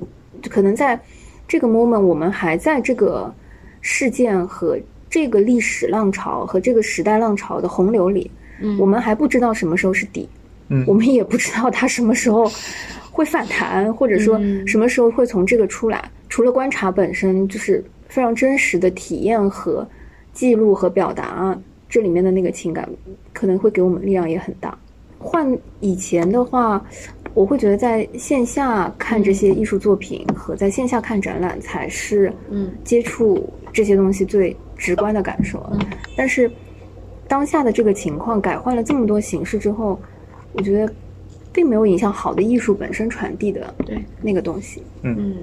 [SPEAKER 2] 可能在这个 moment，我们还在这个事件和这个历史浪潮和这个时代浪潮的洪流里，
[SPEAKER 4] 嗯
[SPEAKER 2] 我们还不知道什么时候是底，
[SPEAKER 3] 嗯
[SPEAKER 2] 我们也不知道它什么时候会反弹，或者说
[SPEAKER 4] 嗯
[SPEAKER 2] 什么时候会从这个出来。除了观察本身，就是非常真实的体验和记录和表达，这里面的那个情感可能会给我们力量也很大。换以前的话，我会觉得在线下看这些艺术作品和在线下看展览才是
[SPEAKER 4] 嗯
[SPEAKER 2] 接触这些东西最直观的感受。
[SPEAKER 4] 嗯
[SPEAKER 2] 但是当下的这个情况改换了这么多形式之后，我觉得并没有影响好的艺术本身传递的
[SPEAKER 4] 对
[SPEAKER 2] 那个东西。
[SPEAKER 4] 嗯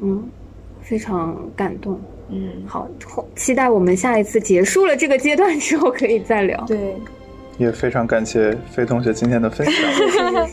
[SPEAKER 2] 嗯，非常感动。
[SPEAKER 4] 嗯
[SPEAKER 2] 好，后期待我们下一次结束了这个阶段之后可以再聊。
[SPEAKER 4] 对。
[SPEAKER 3] 也非常感谢飞同学今天的分享。
[SPEAKER 2] 对，